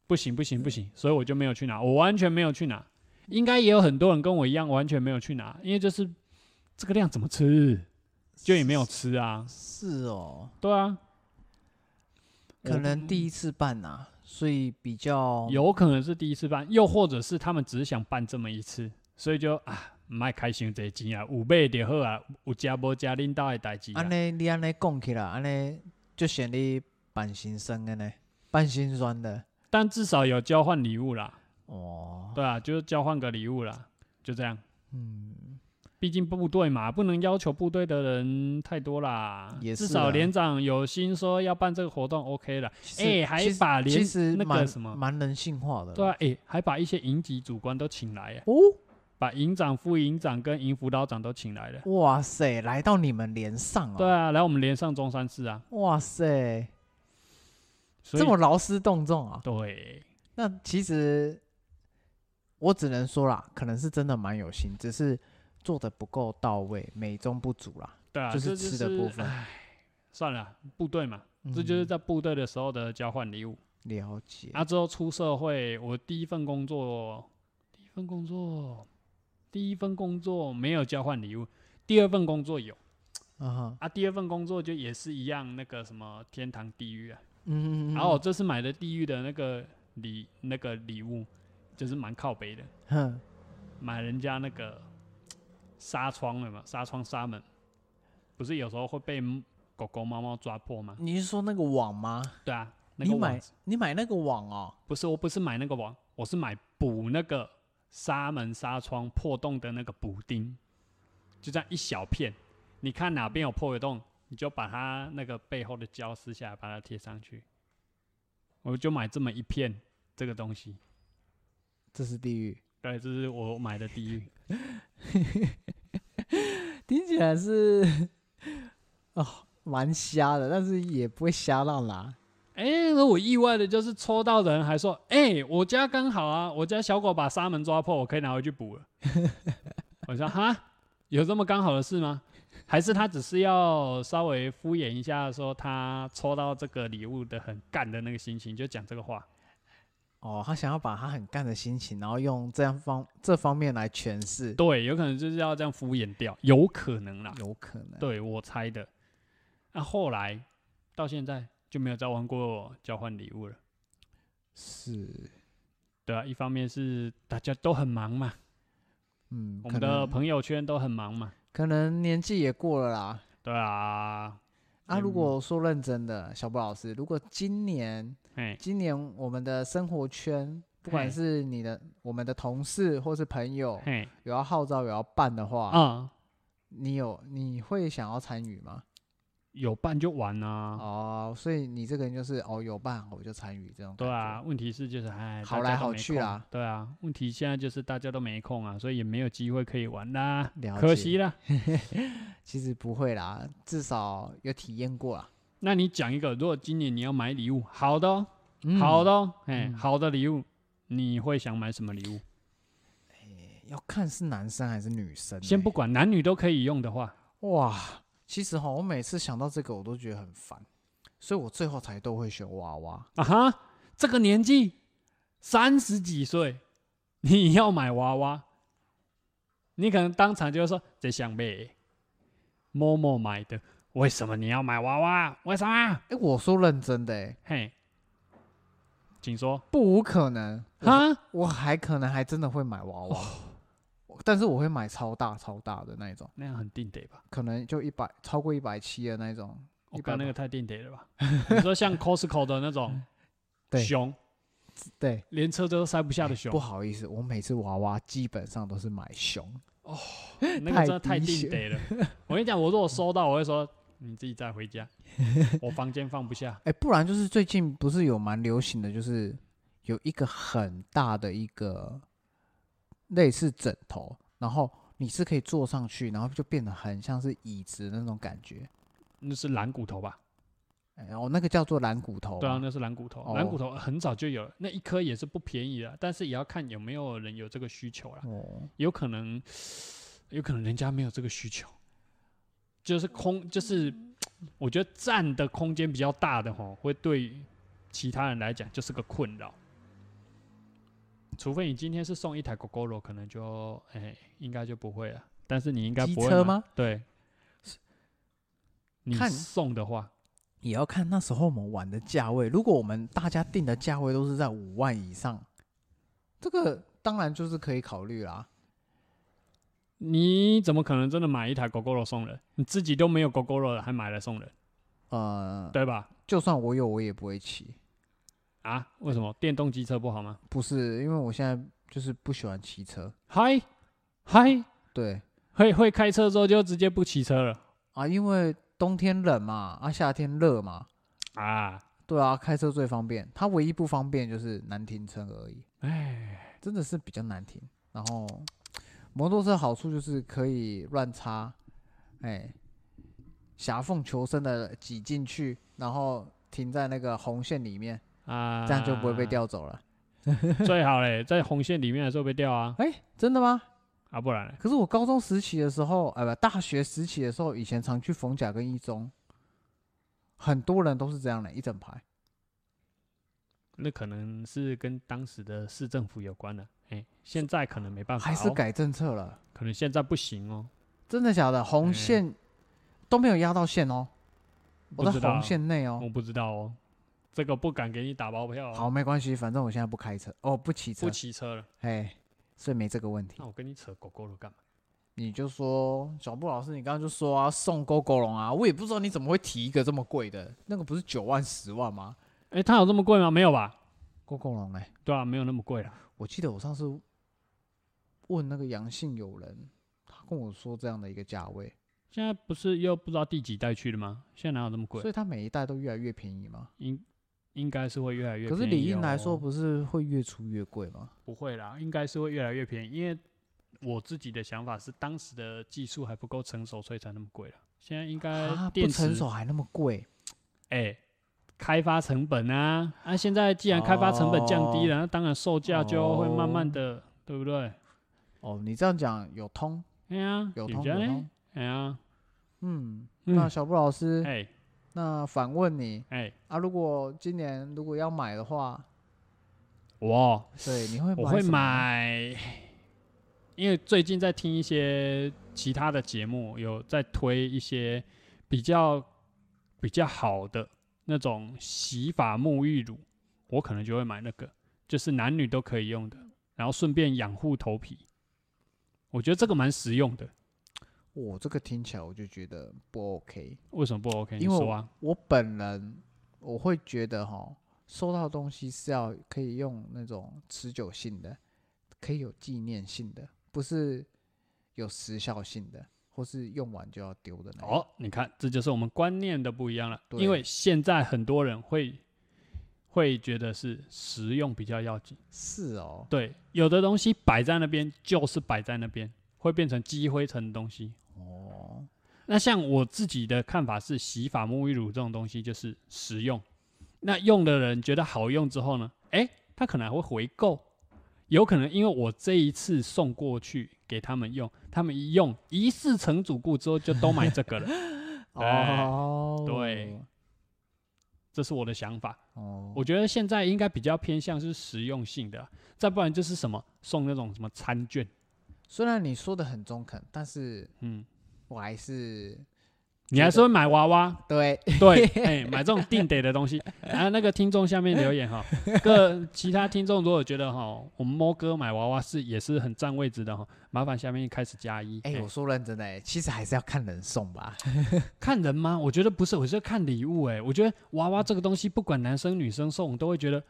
[SPEAKER 1] 不行不行不行，所以我就没有去拿，我完全没有去拿。应该也有很多人跟我一样，完全没有去拿，因为就是这个量怎么吃，就也没有吃啊。
[SPEAKER 2] 是哦，
[SPEAKER 1] 对啊，
[SPEAKER 2] 可能第一次办呐、所以比较
[SPEAKER 1] 有可能是第一次办，又或者是他们只是想办这么一次，所以就啊，卖开心这钱啊，有买就好啊，有加无加领导的代志啊
[SPEAKER 2] 安。尼你安尼讲起来，安尼就显你办心酸的呢，办心酸的
[SPEAKER 1] 但至少有交换礼物啦，
[SPEAKER 2] 哦。
[SPEAKER 1] 对啊，就是交换个礼物啦，就这样。
[SPEAKER 2] 嗯，
[SPEAKER 1] 毕竟部队嘛，不能要求部队的人太多啦。
[SPEAKER 2] 也
[SPEAKER 1] 至
[SPEAKER 2] 是啊
[SPEAKER 1] 少
[SPEAKER 2] 啦
[SPEAKER 1] 连长有心说要办这个活动，OK 了。
[SPEAKER 2] 其实
[SPEAKER 1] 哎、还
[SPEAKER 2] 其实
[SPEAKER 1] 把连
[SPEAKER 2] 其实
[SPEAKER 1] 那
[SPEAKER 2] 蛮
[SPEAKER 1] 个什么
[SPEAKER 2] 蛮人性化的啦。
[SPEAKER 1] 对啊，哎、还把一些营级主官都请来，哎
[SPEAKER 2] 哦，
[SPEAKER 1] 把营长、副营长跟营辅导长都请来了。
[SPEAKER 2] 哇塞，来到你们连上
[SPEAKER 1] 对
[SPEAKER 2] 哦，
[SPEAKER 1] 啊，来我们连上中山市啊，
[SPEAKER 2] 哇塞，
[SPEAKER 1] 所以
[SPEAKER 2] 这么劳师动众啊！
[SPEAKER 1] 对，
[SPEAKER 2] 那其实我只能说啦，可能是真的蛮有心，只是做的不够到位，美中不足啦。
[SPEAKER 1] 对啊，
[SPEAKER 2] 就
[SPEAKER 1] 这
[SPEAKER 2] 是吃的部分 <laughs>
[SPEAKER 1] 唉算了，部队嘛，这就是
[SPEAKER 2] 嗯
[SPEAKER 1] 在部队的时候的交换礼物。
[SPEAKER 2] 了解。
[SPEAKER 1] 啊，之后出社会，我第一份工作，第一份工作，第一份工作没有交换礼物，第二份工作有
[SPEAKER 2] 啊哈，
[SPEAKER 1] 啊，第二份工作就也是一样，那个什么天堂地狱啊。
[SPEAKER 2] 嗯，
[SPEAKER 1] 然后我这次买的地狱的那个礼那个礼物，就是蛮靠北的，
[SPEAKER 2] 哼，
[SPEAKER 1] 买人家那个纱窗了嘛，纱窗纱门，不是有时候会被狗狗猫猫抓破吗？
[SPEAKER 2] 你是说那个网吗？
[SPEAKER 1] 对啊，那
[SPEAKER 2] 你
[SPEAKER 1] 个网
[SPEAKER 2] 买你买那个网哦，
[SPEAKER 1] 不是，我不是买那个网，我是买补那个纱门、纱窗破洞的那个补丁，就这样一小片。你看哪边有破个洞，你就把它那个背后的胶撕下来，把它贴上去。我就买这么一片这个东西，
[SPEAKER 2] 这是地狱，
[SPEAKER 1] 对，这是我买的第一。
[SPEAKER 2] 听起来是 <laughs> 哦蛮瞎的，但是也不会瞎到哪。
[SPEAKER 1] 哎、那我意外的就是抽到的人还说：“哎、我家刚好啊，我家小狗把纱门抓破，我可以拿回去补了。”我说：“哈，有这么刚好的事吗？还是他只是要稍微敷衍一下，说他抽到这个礼物的很干的那个心情，就讲这个话？
[SPEAKER 2] 哦，他想要把他很干的心情，然后用这样方这方面来诠释，
[SPEAKER 1] 对，有可能就是要这样敷衍掉，有可能啦。
[SPEAKER 2] 有可能。
[SPEAKER 1] 对我猜的。那、后来到现在就没有再玩过交换礼物了。”
[SPEAKER 2] 是，
[SPEAKER 1] 对啊，一方面是大家都很忙嘛，
[SPEAKER 2] 嗯，
[SPEAKER 1] 我
[SPEAKER 2] 可
[SPEAKER 1] 们的
[SPEAKER 2] 能
[SPEAKER 1] 朋友圈都很忙嘛，
[SPEAKER 2] 可能年纪也过了啦。
[SPEAKER 1] 对啊，
[SPEAKER 2] 啊，如
[SPEAKER 1] 嗯
[SPEAKER 2] 果说认真的，小布老师，如果今年
[SPEAKER 1] 哎，
[SPEAKER 2] 今年我们的生活圈，不管
[SPEAKER 1] 嘿
[SPEAKER 2] 是你的我们的同事或是朋友，
[SPEAKER 1] 嘿，
[SPEAKER 2] 有要号召有要办的话，
[SPEAKER 1] 啊，
[SPEAKER 2] 你有你会想要参与吗？
[SPEAKER 1] 有办就玩啊，
[SPEAKER 2] 哦，所以你这个人就是哦有办我就参与这种。
[SPEAKER 1] 对啊，，问题是就是哎，
[SPEAKER 2] 好
[SPEAKER 1] 大家
[SPEAKER 2] 来
[SPEAKER 1] 都
[SPEAKER 2] 好
[SPEAKER 1] 没
[SPEAKER 2] 去
[SPEAKER 1] 空
[SPEAKER 2] 啦，
[SPEAKER 1] 对啊，问题现在就是大家都没空啊，所以也没有机会可以玩啦，
[SPEAKER 2] 了
[SPEAKER 1] 可
[SPEAKER 2] 解
[SPEAKER 1] 惜啦。
[SPEAKER 2] 其实不会啦，至少有体验过啦。
[SPEAKER 1] 那你讲一个，如果今年你要买礼物，好的、哦，
[SPEAKER 2] 嗯
[SPEAKER 1] 好的、哦，哎，
[SPEAKER 2] 嗯
[SPEAKER 1] 好的礼物，你会想买什么礼物？
[SPEAKER 2] 嗯要看是男生还是女生欸、
[SPEAKER 1] 先不管男女都可以用的话，
[SPEAKER 2] 哇，其实哈，我每次想到这个我都觉得很烦，所以我最后才都会选娃娃。
[SPEAKER 1] 啊哈，这个年纪三十几岁，你要买娃娃，你可能当场就会说这想被某某买的，为什么你要买娃娃？为什么？
[SPEAKER 2] 哎、我说认真的、欸，
[SPEAKER 1] 嘿，请说
[SPEAKER 2] 不无可能，我
[SPEAKER 1] 哈，
[SPEAKER 2] 我还可能还真的会买娃娃，
[SPEAKER 1] 哦
[SPEAKER 2] 我但是我会买超大超大的那一种，
[SPEAKER 1] 那样很定得吧？
[SPEAKER 2] 可能就一百超过一百七的那一种，
[SPEAKER 1] 我
[SPEAKER 2] 100
[SPEAKER 1] 刚那个
[SPEAKER 2] 吧
[SPEAKER 1] 太定得 <laughs> 了吧？你说像 Costco 的那种
[SPEAKER 2] 对
[SPEAKER 1] 熊，
[SPEAKER 2] 对，
[SPEAKER 1] 连车都塞不下的熊
[SPEAKER 2] 不，好意思，我每次娃娃基本上都是买熊。
[SPEAKER 1] 那个真的
[SPEAKER 2] 太
[SPEAKER 1] 太
[SPEAKER 2] 低
[SPEAKER 1] 定
[SPEAKER 2] 血
[SPEAKER 1] 得了。我跟你讲，我如果收到，我会说你自己再回家，我房间放不下。
[SPEAKER 2] 哎，不然就是最近不是有蛮流行的，就是有一个很大的一个类似枕头，然后你是可以坐上去，然后就变得很像是椅子那种感觉。
[SPEAKER 1] 那是蓝骨头吧？
[SPEAKER 2] 哎，哦，那个叫做蓝骨头
[SPEAKER 1] 对啊，
[SPEAKER 2] 嘛。
[SPEAKER 1] 那是蓝骨头
[SPEAKER 2] 哦。
[SPEAKER 1] 蓝骨头很早就有了，那一颗也是不便宜的，但是也要看有没有人有这个需求啦。
[SPEAKER 2] 哦，
[SPEAKER 1] 有可能，有可能人家没有这个需求，就是空，就是我觉得占的空间比较大的吼，会对其他人来讲就是个困扰。除非你今天是送一台 GoGoRo，可能就哎、应该就不会了。但是你应该
[SPEAKER 2] 机
[SPEAKER 1] 不会
[SPEAKER 2] 车
[SPEAKER 1] 买
[SPEAKER 2] 吗？
[SPEAKER 1] 对，你
[SPEAKER 2] 看
[SPEAKER 1] 送的话，
[SPEAKER 2] 也要看那时候我们玩的价位。如果我们大家定的价位都是在五万以上，这个当然就是可以考虑啦。
[SPEAKER 1] 你怎么可能真的买一台 GoGoRo 送人？你自己都没有 GoGoRo 了，还买来送人，
[SPEAKER 2] 呃，
[SPEAKER 1] 对吧？
[SPEAKER 2] 就算我有，我也不会骑。
[SPEAKER 1] 啊，为什么电动机车不好吗？
[SPEAKER 2] 不是，因为我现在就是不喜欢骑车。
[SPEAKER 1] 嗨，嗨，
[SPEAKER 2] 对
[SPEAKER 1] 会会开车之后就直接不骑车了
[SPEAKER 2] 啊，因为冬天冷嘛，啊夏天热嘛，
[SPEAKER 1] 啊！
[SPEAKER 2] 对啊，开车最方便。它唯一不方便就是难停车而已，
[SPEAKER 1] 哎，
[SPEAKER 2] 真的是比较难停。然后摩托车好处就是可以乱插，哎，狭缝求生的挤进去，然后停在那个红线里面，
[SPEAKER 1] 啊，
[SPEAKER 2] 这样就不会被，调走了。
[SPEAKER 1] <laughs> 最好嘞，在红线里面的时候被调啊，
[SPEAKER 2] 哎、真的吗？
[SPEAKER 1] 啊，不然嘞
[SPEAKER 2] 可是我高中时期的时候，呃，不，大学时期的时候，以前常去逢甲跟一中，很多人都是这样的，一整排。
[SPEAKER 1] 那可能是跟当时的市政府有关的，哎，现在可能没办法、哦，
[SPEAKER 2] 还是，改政策了，
[SPEAKER 1] 可能现在不行哦，
[SPEAKER 2] 真的假的？红
[SPEAKER 1] 嗯
[SPEAKER 2] 线都没有压到线哦，我
[SPEAKER 1] 不
[SPEAKER 2] 在
[SPEAKER 1] 知道
[SPEAKER 2] 红线内哦
[SPEAKER 1] 我。不知道哦，这个不敢给你打包票、哦，
[SPEAKER 2] 好，，没关系，反正我现在不开车，哦，不骑车
[SPEAKER 1] 不，骑车了，
[SPEAKER 2] 哎，所以没这个问题
[SPEAKER 1] 那。我跟你扯狗狗了干嘛？
[SPEAKER 2] 你就说小布老师，你刚刚就说啊，送勾勾龙啊，我也不知道你怎么会提一个这么贵的，那个不是九万、十万吗？
[SPEAKER 1] 哎，它有这么贵吗？没有吧？
[SPEAKER 2] 勾勾龙哎，
[SPEAKER 1] 对啊，没有那么贵啦。
[SPEAKER 2] 我记得我上次问那个阳性友人，他跟我说这样的一个价位，
[SPEAKER 1] 现在不是又不知道第几代去的吗？现在哪有这么贵
[SPEAKER 2] 所？以它每一代都越来越便宜嘛。
[SPEAKER 1] 应应该是会越来越、哦
[SPEAKER 2] 可是理应来说，，不是会越出越贵吗？
[SPEAKER 1] 不会啦，应该是会越来越便宜，因为我自己的想法是，当时的技术还不够成熟，所以才那么贵了。现在应该
[SPEAKER 2] 啊，不
[SPEAKER 1] 呃电池
[SPEAKER 2] 成熟还那么贵，
[SPEAKER 1] 哎、开发成本啊，啊，现在既然开发成本降低了，那当然售价就会慢慢的，对不对？
[SPEAKER 2] 哦，你这样讲有通
[SPEAKER 1] 哎呀，
[SPEAKER 2] 有
[SPEAKER 1] 你
[SPEAKER 2] 通
[SPEAKER 1] 觉
[SPEAKER 2] 有
[SPEAKER 1] 得呢？
[SPEAKER 2] 通，
[SPEAKER 1] 哎呀，
[SPEAKER 2] 嗯，那
[SPEAKER 1] 嗯，
[SPEAKER 2] 小布老师，
[SPEAKER 1] 哎
[SPEAKER 2] 那反问你
[SPEAKER 1] 哎，
[SPEAKER 2] 啊，如果今年如果要买的话，
[SPEAKER 1] 我
[SPEAKER 2] 对，你会
[SPEAKER 1] 我会
[SPEAKER 2] 什么呢，
[SPEAKER 1] 买，因为最近在听一些其他的节目，有在推一些比较比较好的那种洗发沐浴乳，我可能就会买那个，就是男女都可以用的，然后顺便养护头皮。我觉得这个蛮实用的，
[SPEAKER 2] 我这个听起来我就觉得不 OK。
[SPEAKER 1] 为什么不 OK？你
[SPEAKER 2] 因为
[SPEAKER 1] 说啊，
[SPEAKER 2] 我本人我会觉得哈，收到东西是要可以用那种持久性的，可以有纪念性的，不是有时效性的，或是用完就要丢的那种。
[SPEAKER 1] 哦，你看，这就是我们观念的不一样了。
[SPEAKER 2] 对
[SPEAKER 1] 因为现在很多人会会觉得是实用比较要紧。
[SPEAKER 2] 是哦，
[SPEAKER 1] 对，有的东西摆在那边就是摆在那边，会变成积灰尘的东西。
[SPEAKER 2] 哦，
[SPEAKER 1] 那像我自己的看法是，洗发沐浴乳这种东西就是实用。那用的人觉得好用之后呢，诶，他可能还会回购，有可能因为我这一次送过去给他们用，他们一用一试成主顾之后就都买这个了，哎
[SPEAKER 2] 哦，
[SPEAKER 1] 对，这是我的想法。
[SPEAKER 2] 哦，
[SPEAKER 1] 我觉得现在应该比较偏向是实用性的，再不然就是什么送那种什么餐券，
[SPEAKER 2] 虽然你说的很中肯，但是
[SPEAKER 1] 嗯，
[SPEAKER 2] 我还是
[SPEAKER 1] 你还是会买娃娃， <laughs>
[SPEAKER 2] 对， <laughs>
[SPEAKER 1] 对，哎、买这种定得的东西。然后那个听众下面留
[SPEAKER 2] <laughs>
[SPEAKER 1] 言哈，各其他听众如果觉得哈，我们摸哥买娃娃是也是很占位置的哈，麻烦下面开始加一。
[SPEAKER 2] 哎、
[SPEAKER 1] 哎
[SPEAKER 2] 我说认真的、哎，其实还是要看人送吧。
[SPEAKER 1] 看人吗？我觉得不是，我是看礼物、哎，我觉得娃娃这个东西，不管男生女生送，都会觉得。 <sighs>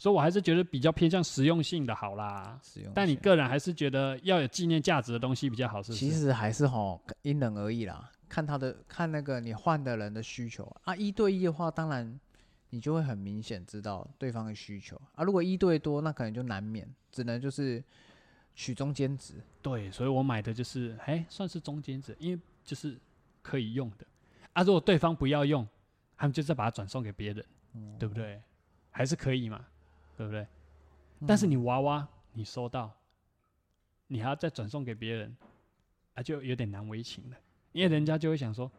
[SPEAKER 1] 所以我还是觉得比较偏向实用性的好啦。
[SPEAKER 2] 使用性。
[SPEAKER 1] 但你个人还是觉得要有纪念价值的东西比较好，是不是？
[SPEAKER 2] 其实还是吼因人而异啦，看他的看那个你换的人的需求啊。一对一的话，当然你就会很明显知道对方的需求啊。如果一对多，那可能就难免只能就是取中间值。
[SPEAKER 1] 对，所以我买的就是哎、算是中间值，因为就是可以用的啊。如果对方不要用，他们就再把它转送给别人，对不对？还是可以嘛，对不对？但是你娃娃你收到，你还要再转送给别人，啊，就有点难为情了，因为人家就会想说，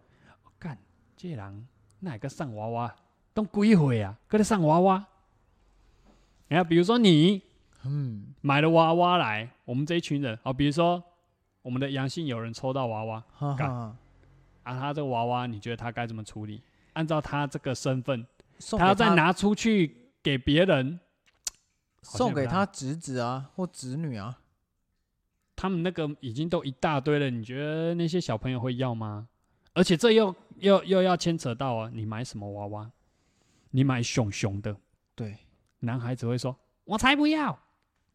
[SPEAKER 1] 我干、这人哪个上娃娃，都鬼会啊，搁在上娃娃。然后比如说你，
[SPEAKER 2] 嗯，
[SPEAKER 1] 买了娃娃来，我们这一群人，好，比如说我们的阳性友人抽到娃娃，
[SPEAKER 2] 哈
[SPEAKER 1] 干
[SPEAKER 2] 哈，
[SPEAKER 1] 啊，他这个娃娃，你觉得他该怎么处理？按照他这个身份，
[SPEAKER 2] 送
[SPEAKER 1] 他要
[SPEAKER 2] 给
[SPEAKER 1] 再拿出去给别人，好像
[SPEAKER 2] 送
[SPEAKER 1] 也
[SPEAKER 2] 给
[SPEAKER 1] 不大
[SPEAKER 2] 他侄子啊或侄女啊，
[SPEAKER 1] 他们那个已经都一大堆了，你觉得那些小朋友会要吗？而且这又又又要牵扯到啊，你买什么娃娃？你买熊熊的，
[SPEAKER 2] 对，
[SPEAKER 1] 男孩子会说：“我才不要，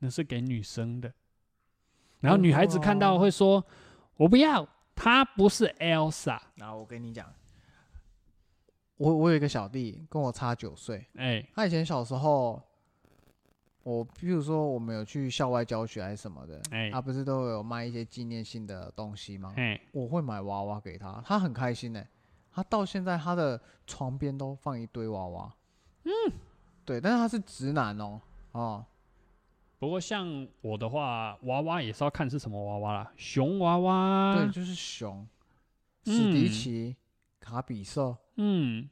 [SPEAKER 1] 那是给女生的。”然后女孩子看
[SPEAKER 2] 哦
[SPEAKER 1] 到会说：“我不要，她不是 Elsa。
[SPEAKER 2] 然后我跟你讲，我我有一个小弟跟我差九岁，
[SPEAKER 1] 哎，
[SPEAKER 2] 他以前小时候，我比如说我们有去校外教学还是什么的，
[SPEAKER 1] 哎
[SPEAKER 2] 他不是都有卖一些纪念性的东西吗？
[SPEAKER 1] 哎，
[SPEAKER 2] 我会买娃娃给他，他很开心呢、他到现在他的床边都放一堆娃娃，嗯，对，但是他是直男哦，哦，
[SPEAKER 1] 不过像我的话，娃娃也是要看是什么娃娃啦，熊娃娃，
[SPEAKER 2] 对，就是熊、史
[SPEAKER 1] 嗯
[SPEAKER 2] 迪奇、卡比兽，
[SPEAKER 1] 嗯，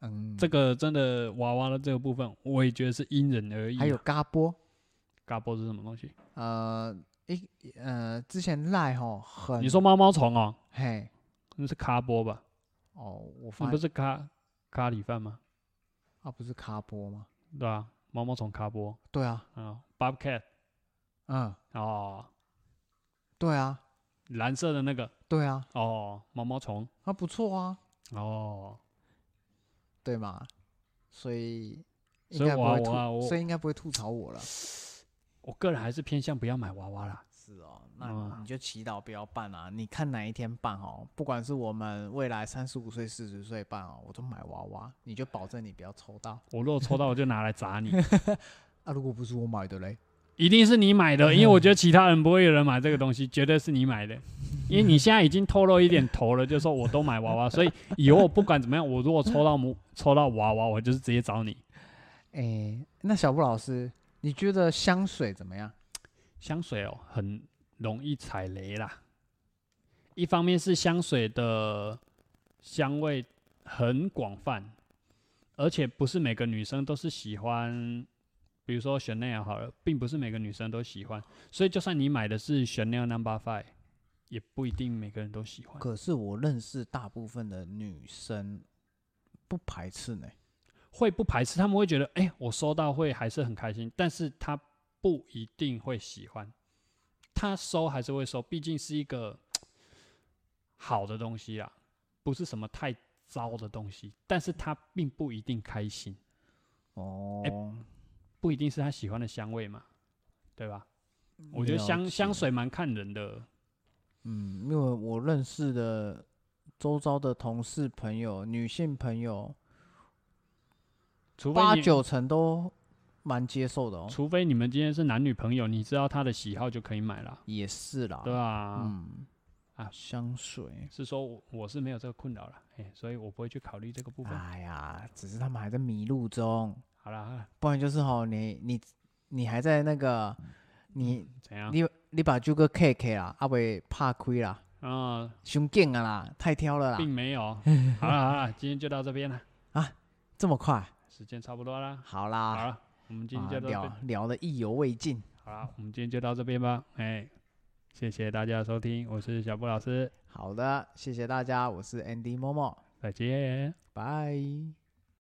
[SPEAKER 2] 嗯，
[SPEAKER 1] 这个真的娃娃的这个部分，我也觉得是因人而异啊。
[SPEAKER 2] 还有嘎波，
[SPEAKER 1] 嘎波是什么东西？
[SPEAKER 2] 呃，一呃，之前赖吼很，
[SPEAKER 1] 你说猫猫虫哦，
[SPEAKER 2] 嘿，
[SPEAKER 1] 那是咖波吧？
[SPEAKER 2] 哦，我
[SPEAKER 1] 那
[SPEAKER 2] 发
[SPEAKER 1] 不
[SPEAKER 2] 现
[SPEAKER 1] 是咖咖喱饭吗？
[SPEAKER 2] 啊，不是卡波吗？
[SPEAKER 1] 对吧、猫猫虫咖波
[SPEAKER 2] 对啊，
[SPEAKER 1] 啊，Bobcat
[SPEAKER 2] 嗯，
[SPEAKER 1] 哦，
[SPEAKER 2] 对啊，
[SPEAKER 1] 蓝色的那个
[SPEAKER 2] 对啊，
[SPEAKER 1] 哦，毛毛虫
[SPEAKER 2] 啊，不错啊，
[SPEAKER 1] 哦，
[SPEAKER 2] 对嘛，所以应
[SPEAKER 1] 所以
[SPEAKER 2] 该不
[SPEAKER 1] 我啊
[SPEAKER 2] 会
[SPEAKER 1] 我
[SPEAKER 2] 吐，
[SPEAKER 1] 啊我
[SPEAKER 2] 所以应该不会吐槽我了。
[SPEAKER 1] 我个人还是偏向不要买娃娃啦。
[SPEAKER 2] 是哦，那
[SPEAKER 1] 嗯
[SPEAKER 2] 你就祈祷不要办啊！你看哪一天办哦，不管是我们未来三十五岁、四十岁办哦，我都买娃娃，你就保证你不要抽到。
[SPEAKER 1] 我如果抽到，我就拿来砸你。
[SPEAKER 2] 啊，如果不是我买的嘞，
[SPEAKER 1] 一定是你买的，因为我觉得其他人不会有人买这个东西，绝对是你买的。因为你现在已经透露一点头了，就说我都买娃娃，所以以后不管怎么样，我如果抽到母抽到娃娃，我就是直接找你。
[SPEAKER 2] 哎、那小布老师，你觉得香水怎么样？
[SPEAKER 1] 香水哦，很容易踩雷啦。一方面是香水的香味很广泛，而且不是每个女生都是喜欢，比如说 Chanel 好了，并不是每个女生都喜欢，所以就算你买的是 Chanel Number、Five，也不一定每个人都喜欢。
[SPEAKER 2] 可是我认识大部分的女生不排斥呢。
[SPEAKER 1] 会不排斥，他们会觉得，哎、我收到会还是很开心，但是他不一定会喜欢，他收还是会收，毕竟是一个好的东西啊，不是什么太糟的东西，但是他并不一定开心，
[SPEAKER 2] 哦，
[SPEAKER 1] 不一定是他喜欢的香味嘛，对吧？
[SPEAKER 2] 嗯
[SPEAKER 1] 我觉得香
[SPEAKER 2] 了
[SPEAKER 1] 香
[SPEAKER 2] 解
[SPEAKER 1] 水蛮看人的，
[SPEAKER 2] 嗯，因为我认识的周遭的同事朋友、女性朋友，
[SPEAKER 1] 除非
[SPEAKER 2] 八
[SPEAKER 1] 你
[SPEAKER 2] 九成都蛮接受的哦。
[SPEAKER 1] 除非你们今天是男女朋友，你知道他的喜好就可以买啦，
[SPEAKER 2] 也是啦，
[SPEAKER 1] 对吧、
[SPEAKER 2] 嗯
[SPEAKER 1] 啊
[SPEAKER 2] 香水，
[SPEAKER 1] 是说我我是没有这个困扰了，哎、所以我不会去考虑这个部分。
[SPEAKER 2] 哎呀，只是他们还在迷路中，
[SPEAKER 1] 好啦好啦，
[SPEAKER 2] 不然就是吼你你你还在那个你
[SPEAKER 1] 怎样？
[SPEAKER 2] 你你把这个 K K 啦，啊阿伟怕亏啦，
[SPEAKER 1] 啊、
[SPEAKER 2] 熊劲啊啦，太挑了
[SPEAKER 1] 并
[SPEAKER 2] 啦，
[SPEAKER 1] 没
[SPEAKER 2] <laughs>
[SPEAKER 1] 有。好了好了，今天就到这边了，
[SPEAKER 2] 这么快，
[SPEAKER 1] 时间差不多啦。
[SPEAKER 2] 好
[SPEAKER 1] 好
[SPEAKER 2] 啦，
[SPEAKER 1] 了，我们今
[SPEAKER 2] 啊
[SPEAKER 1] 天就到这
[SPEAKER 2] 聊
[SPEAKER 1] 边。
[SPEAKER 2] 聊的意犹未尽，
[SPEAKER 1] 好了，我们今天就到这边吧。哎，谢谢大家的收听，我是小布老师，
[SPEAKER 2] 好的，谢谢大家，我是 Andy 默默，
[SPEAKER 1] 再见。
[SPEAKER 2] 拜。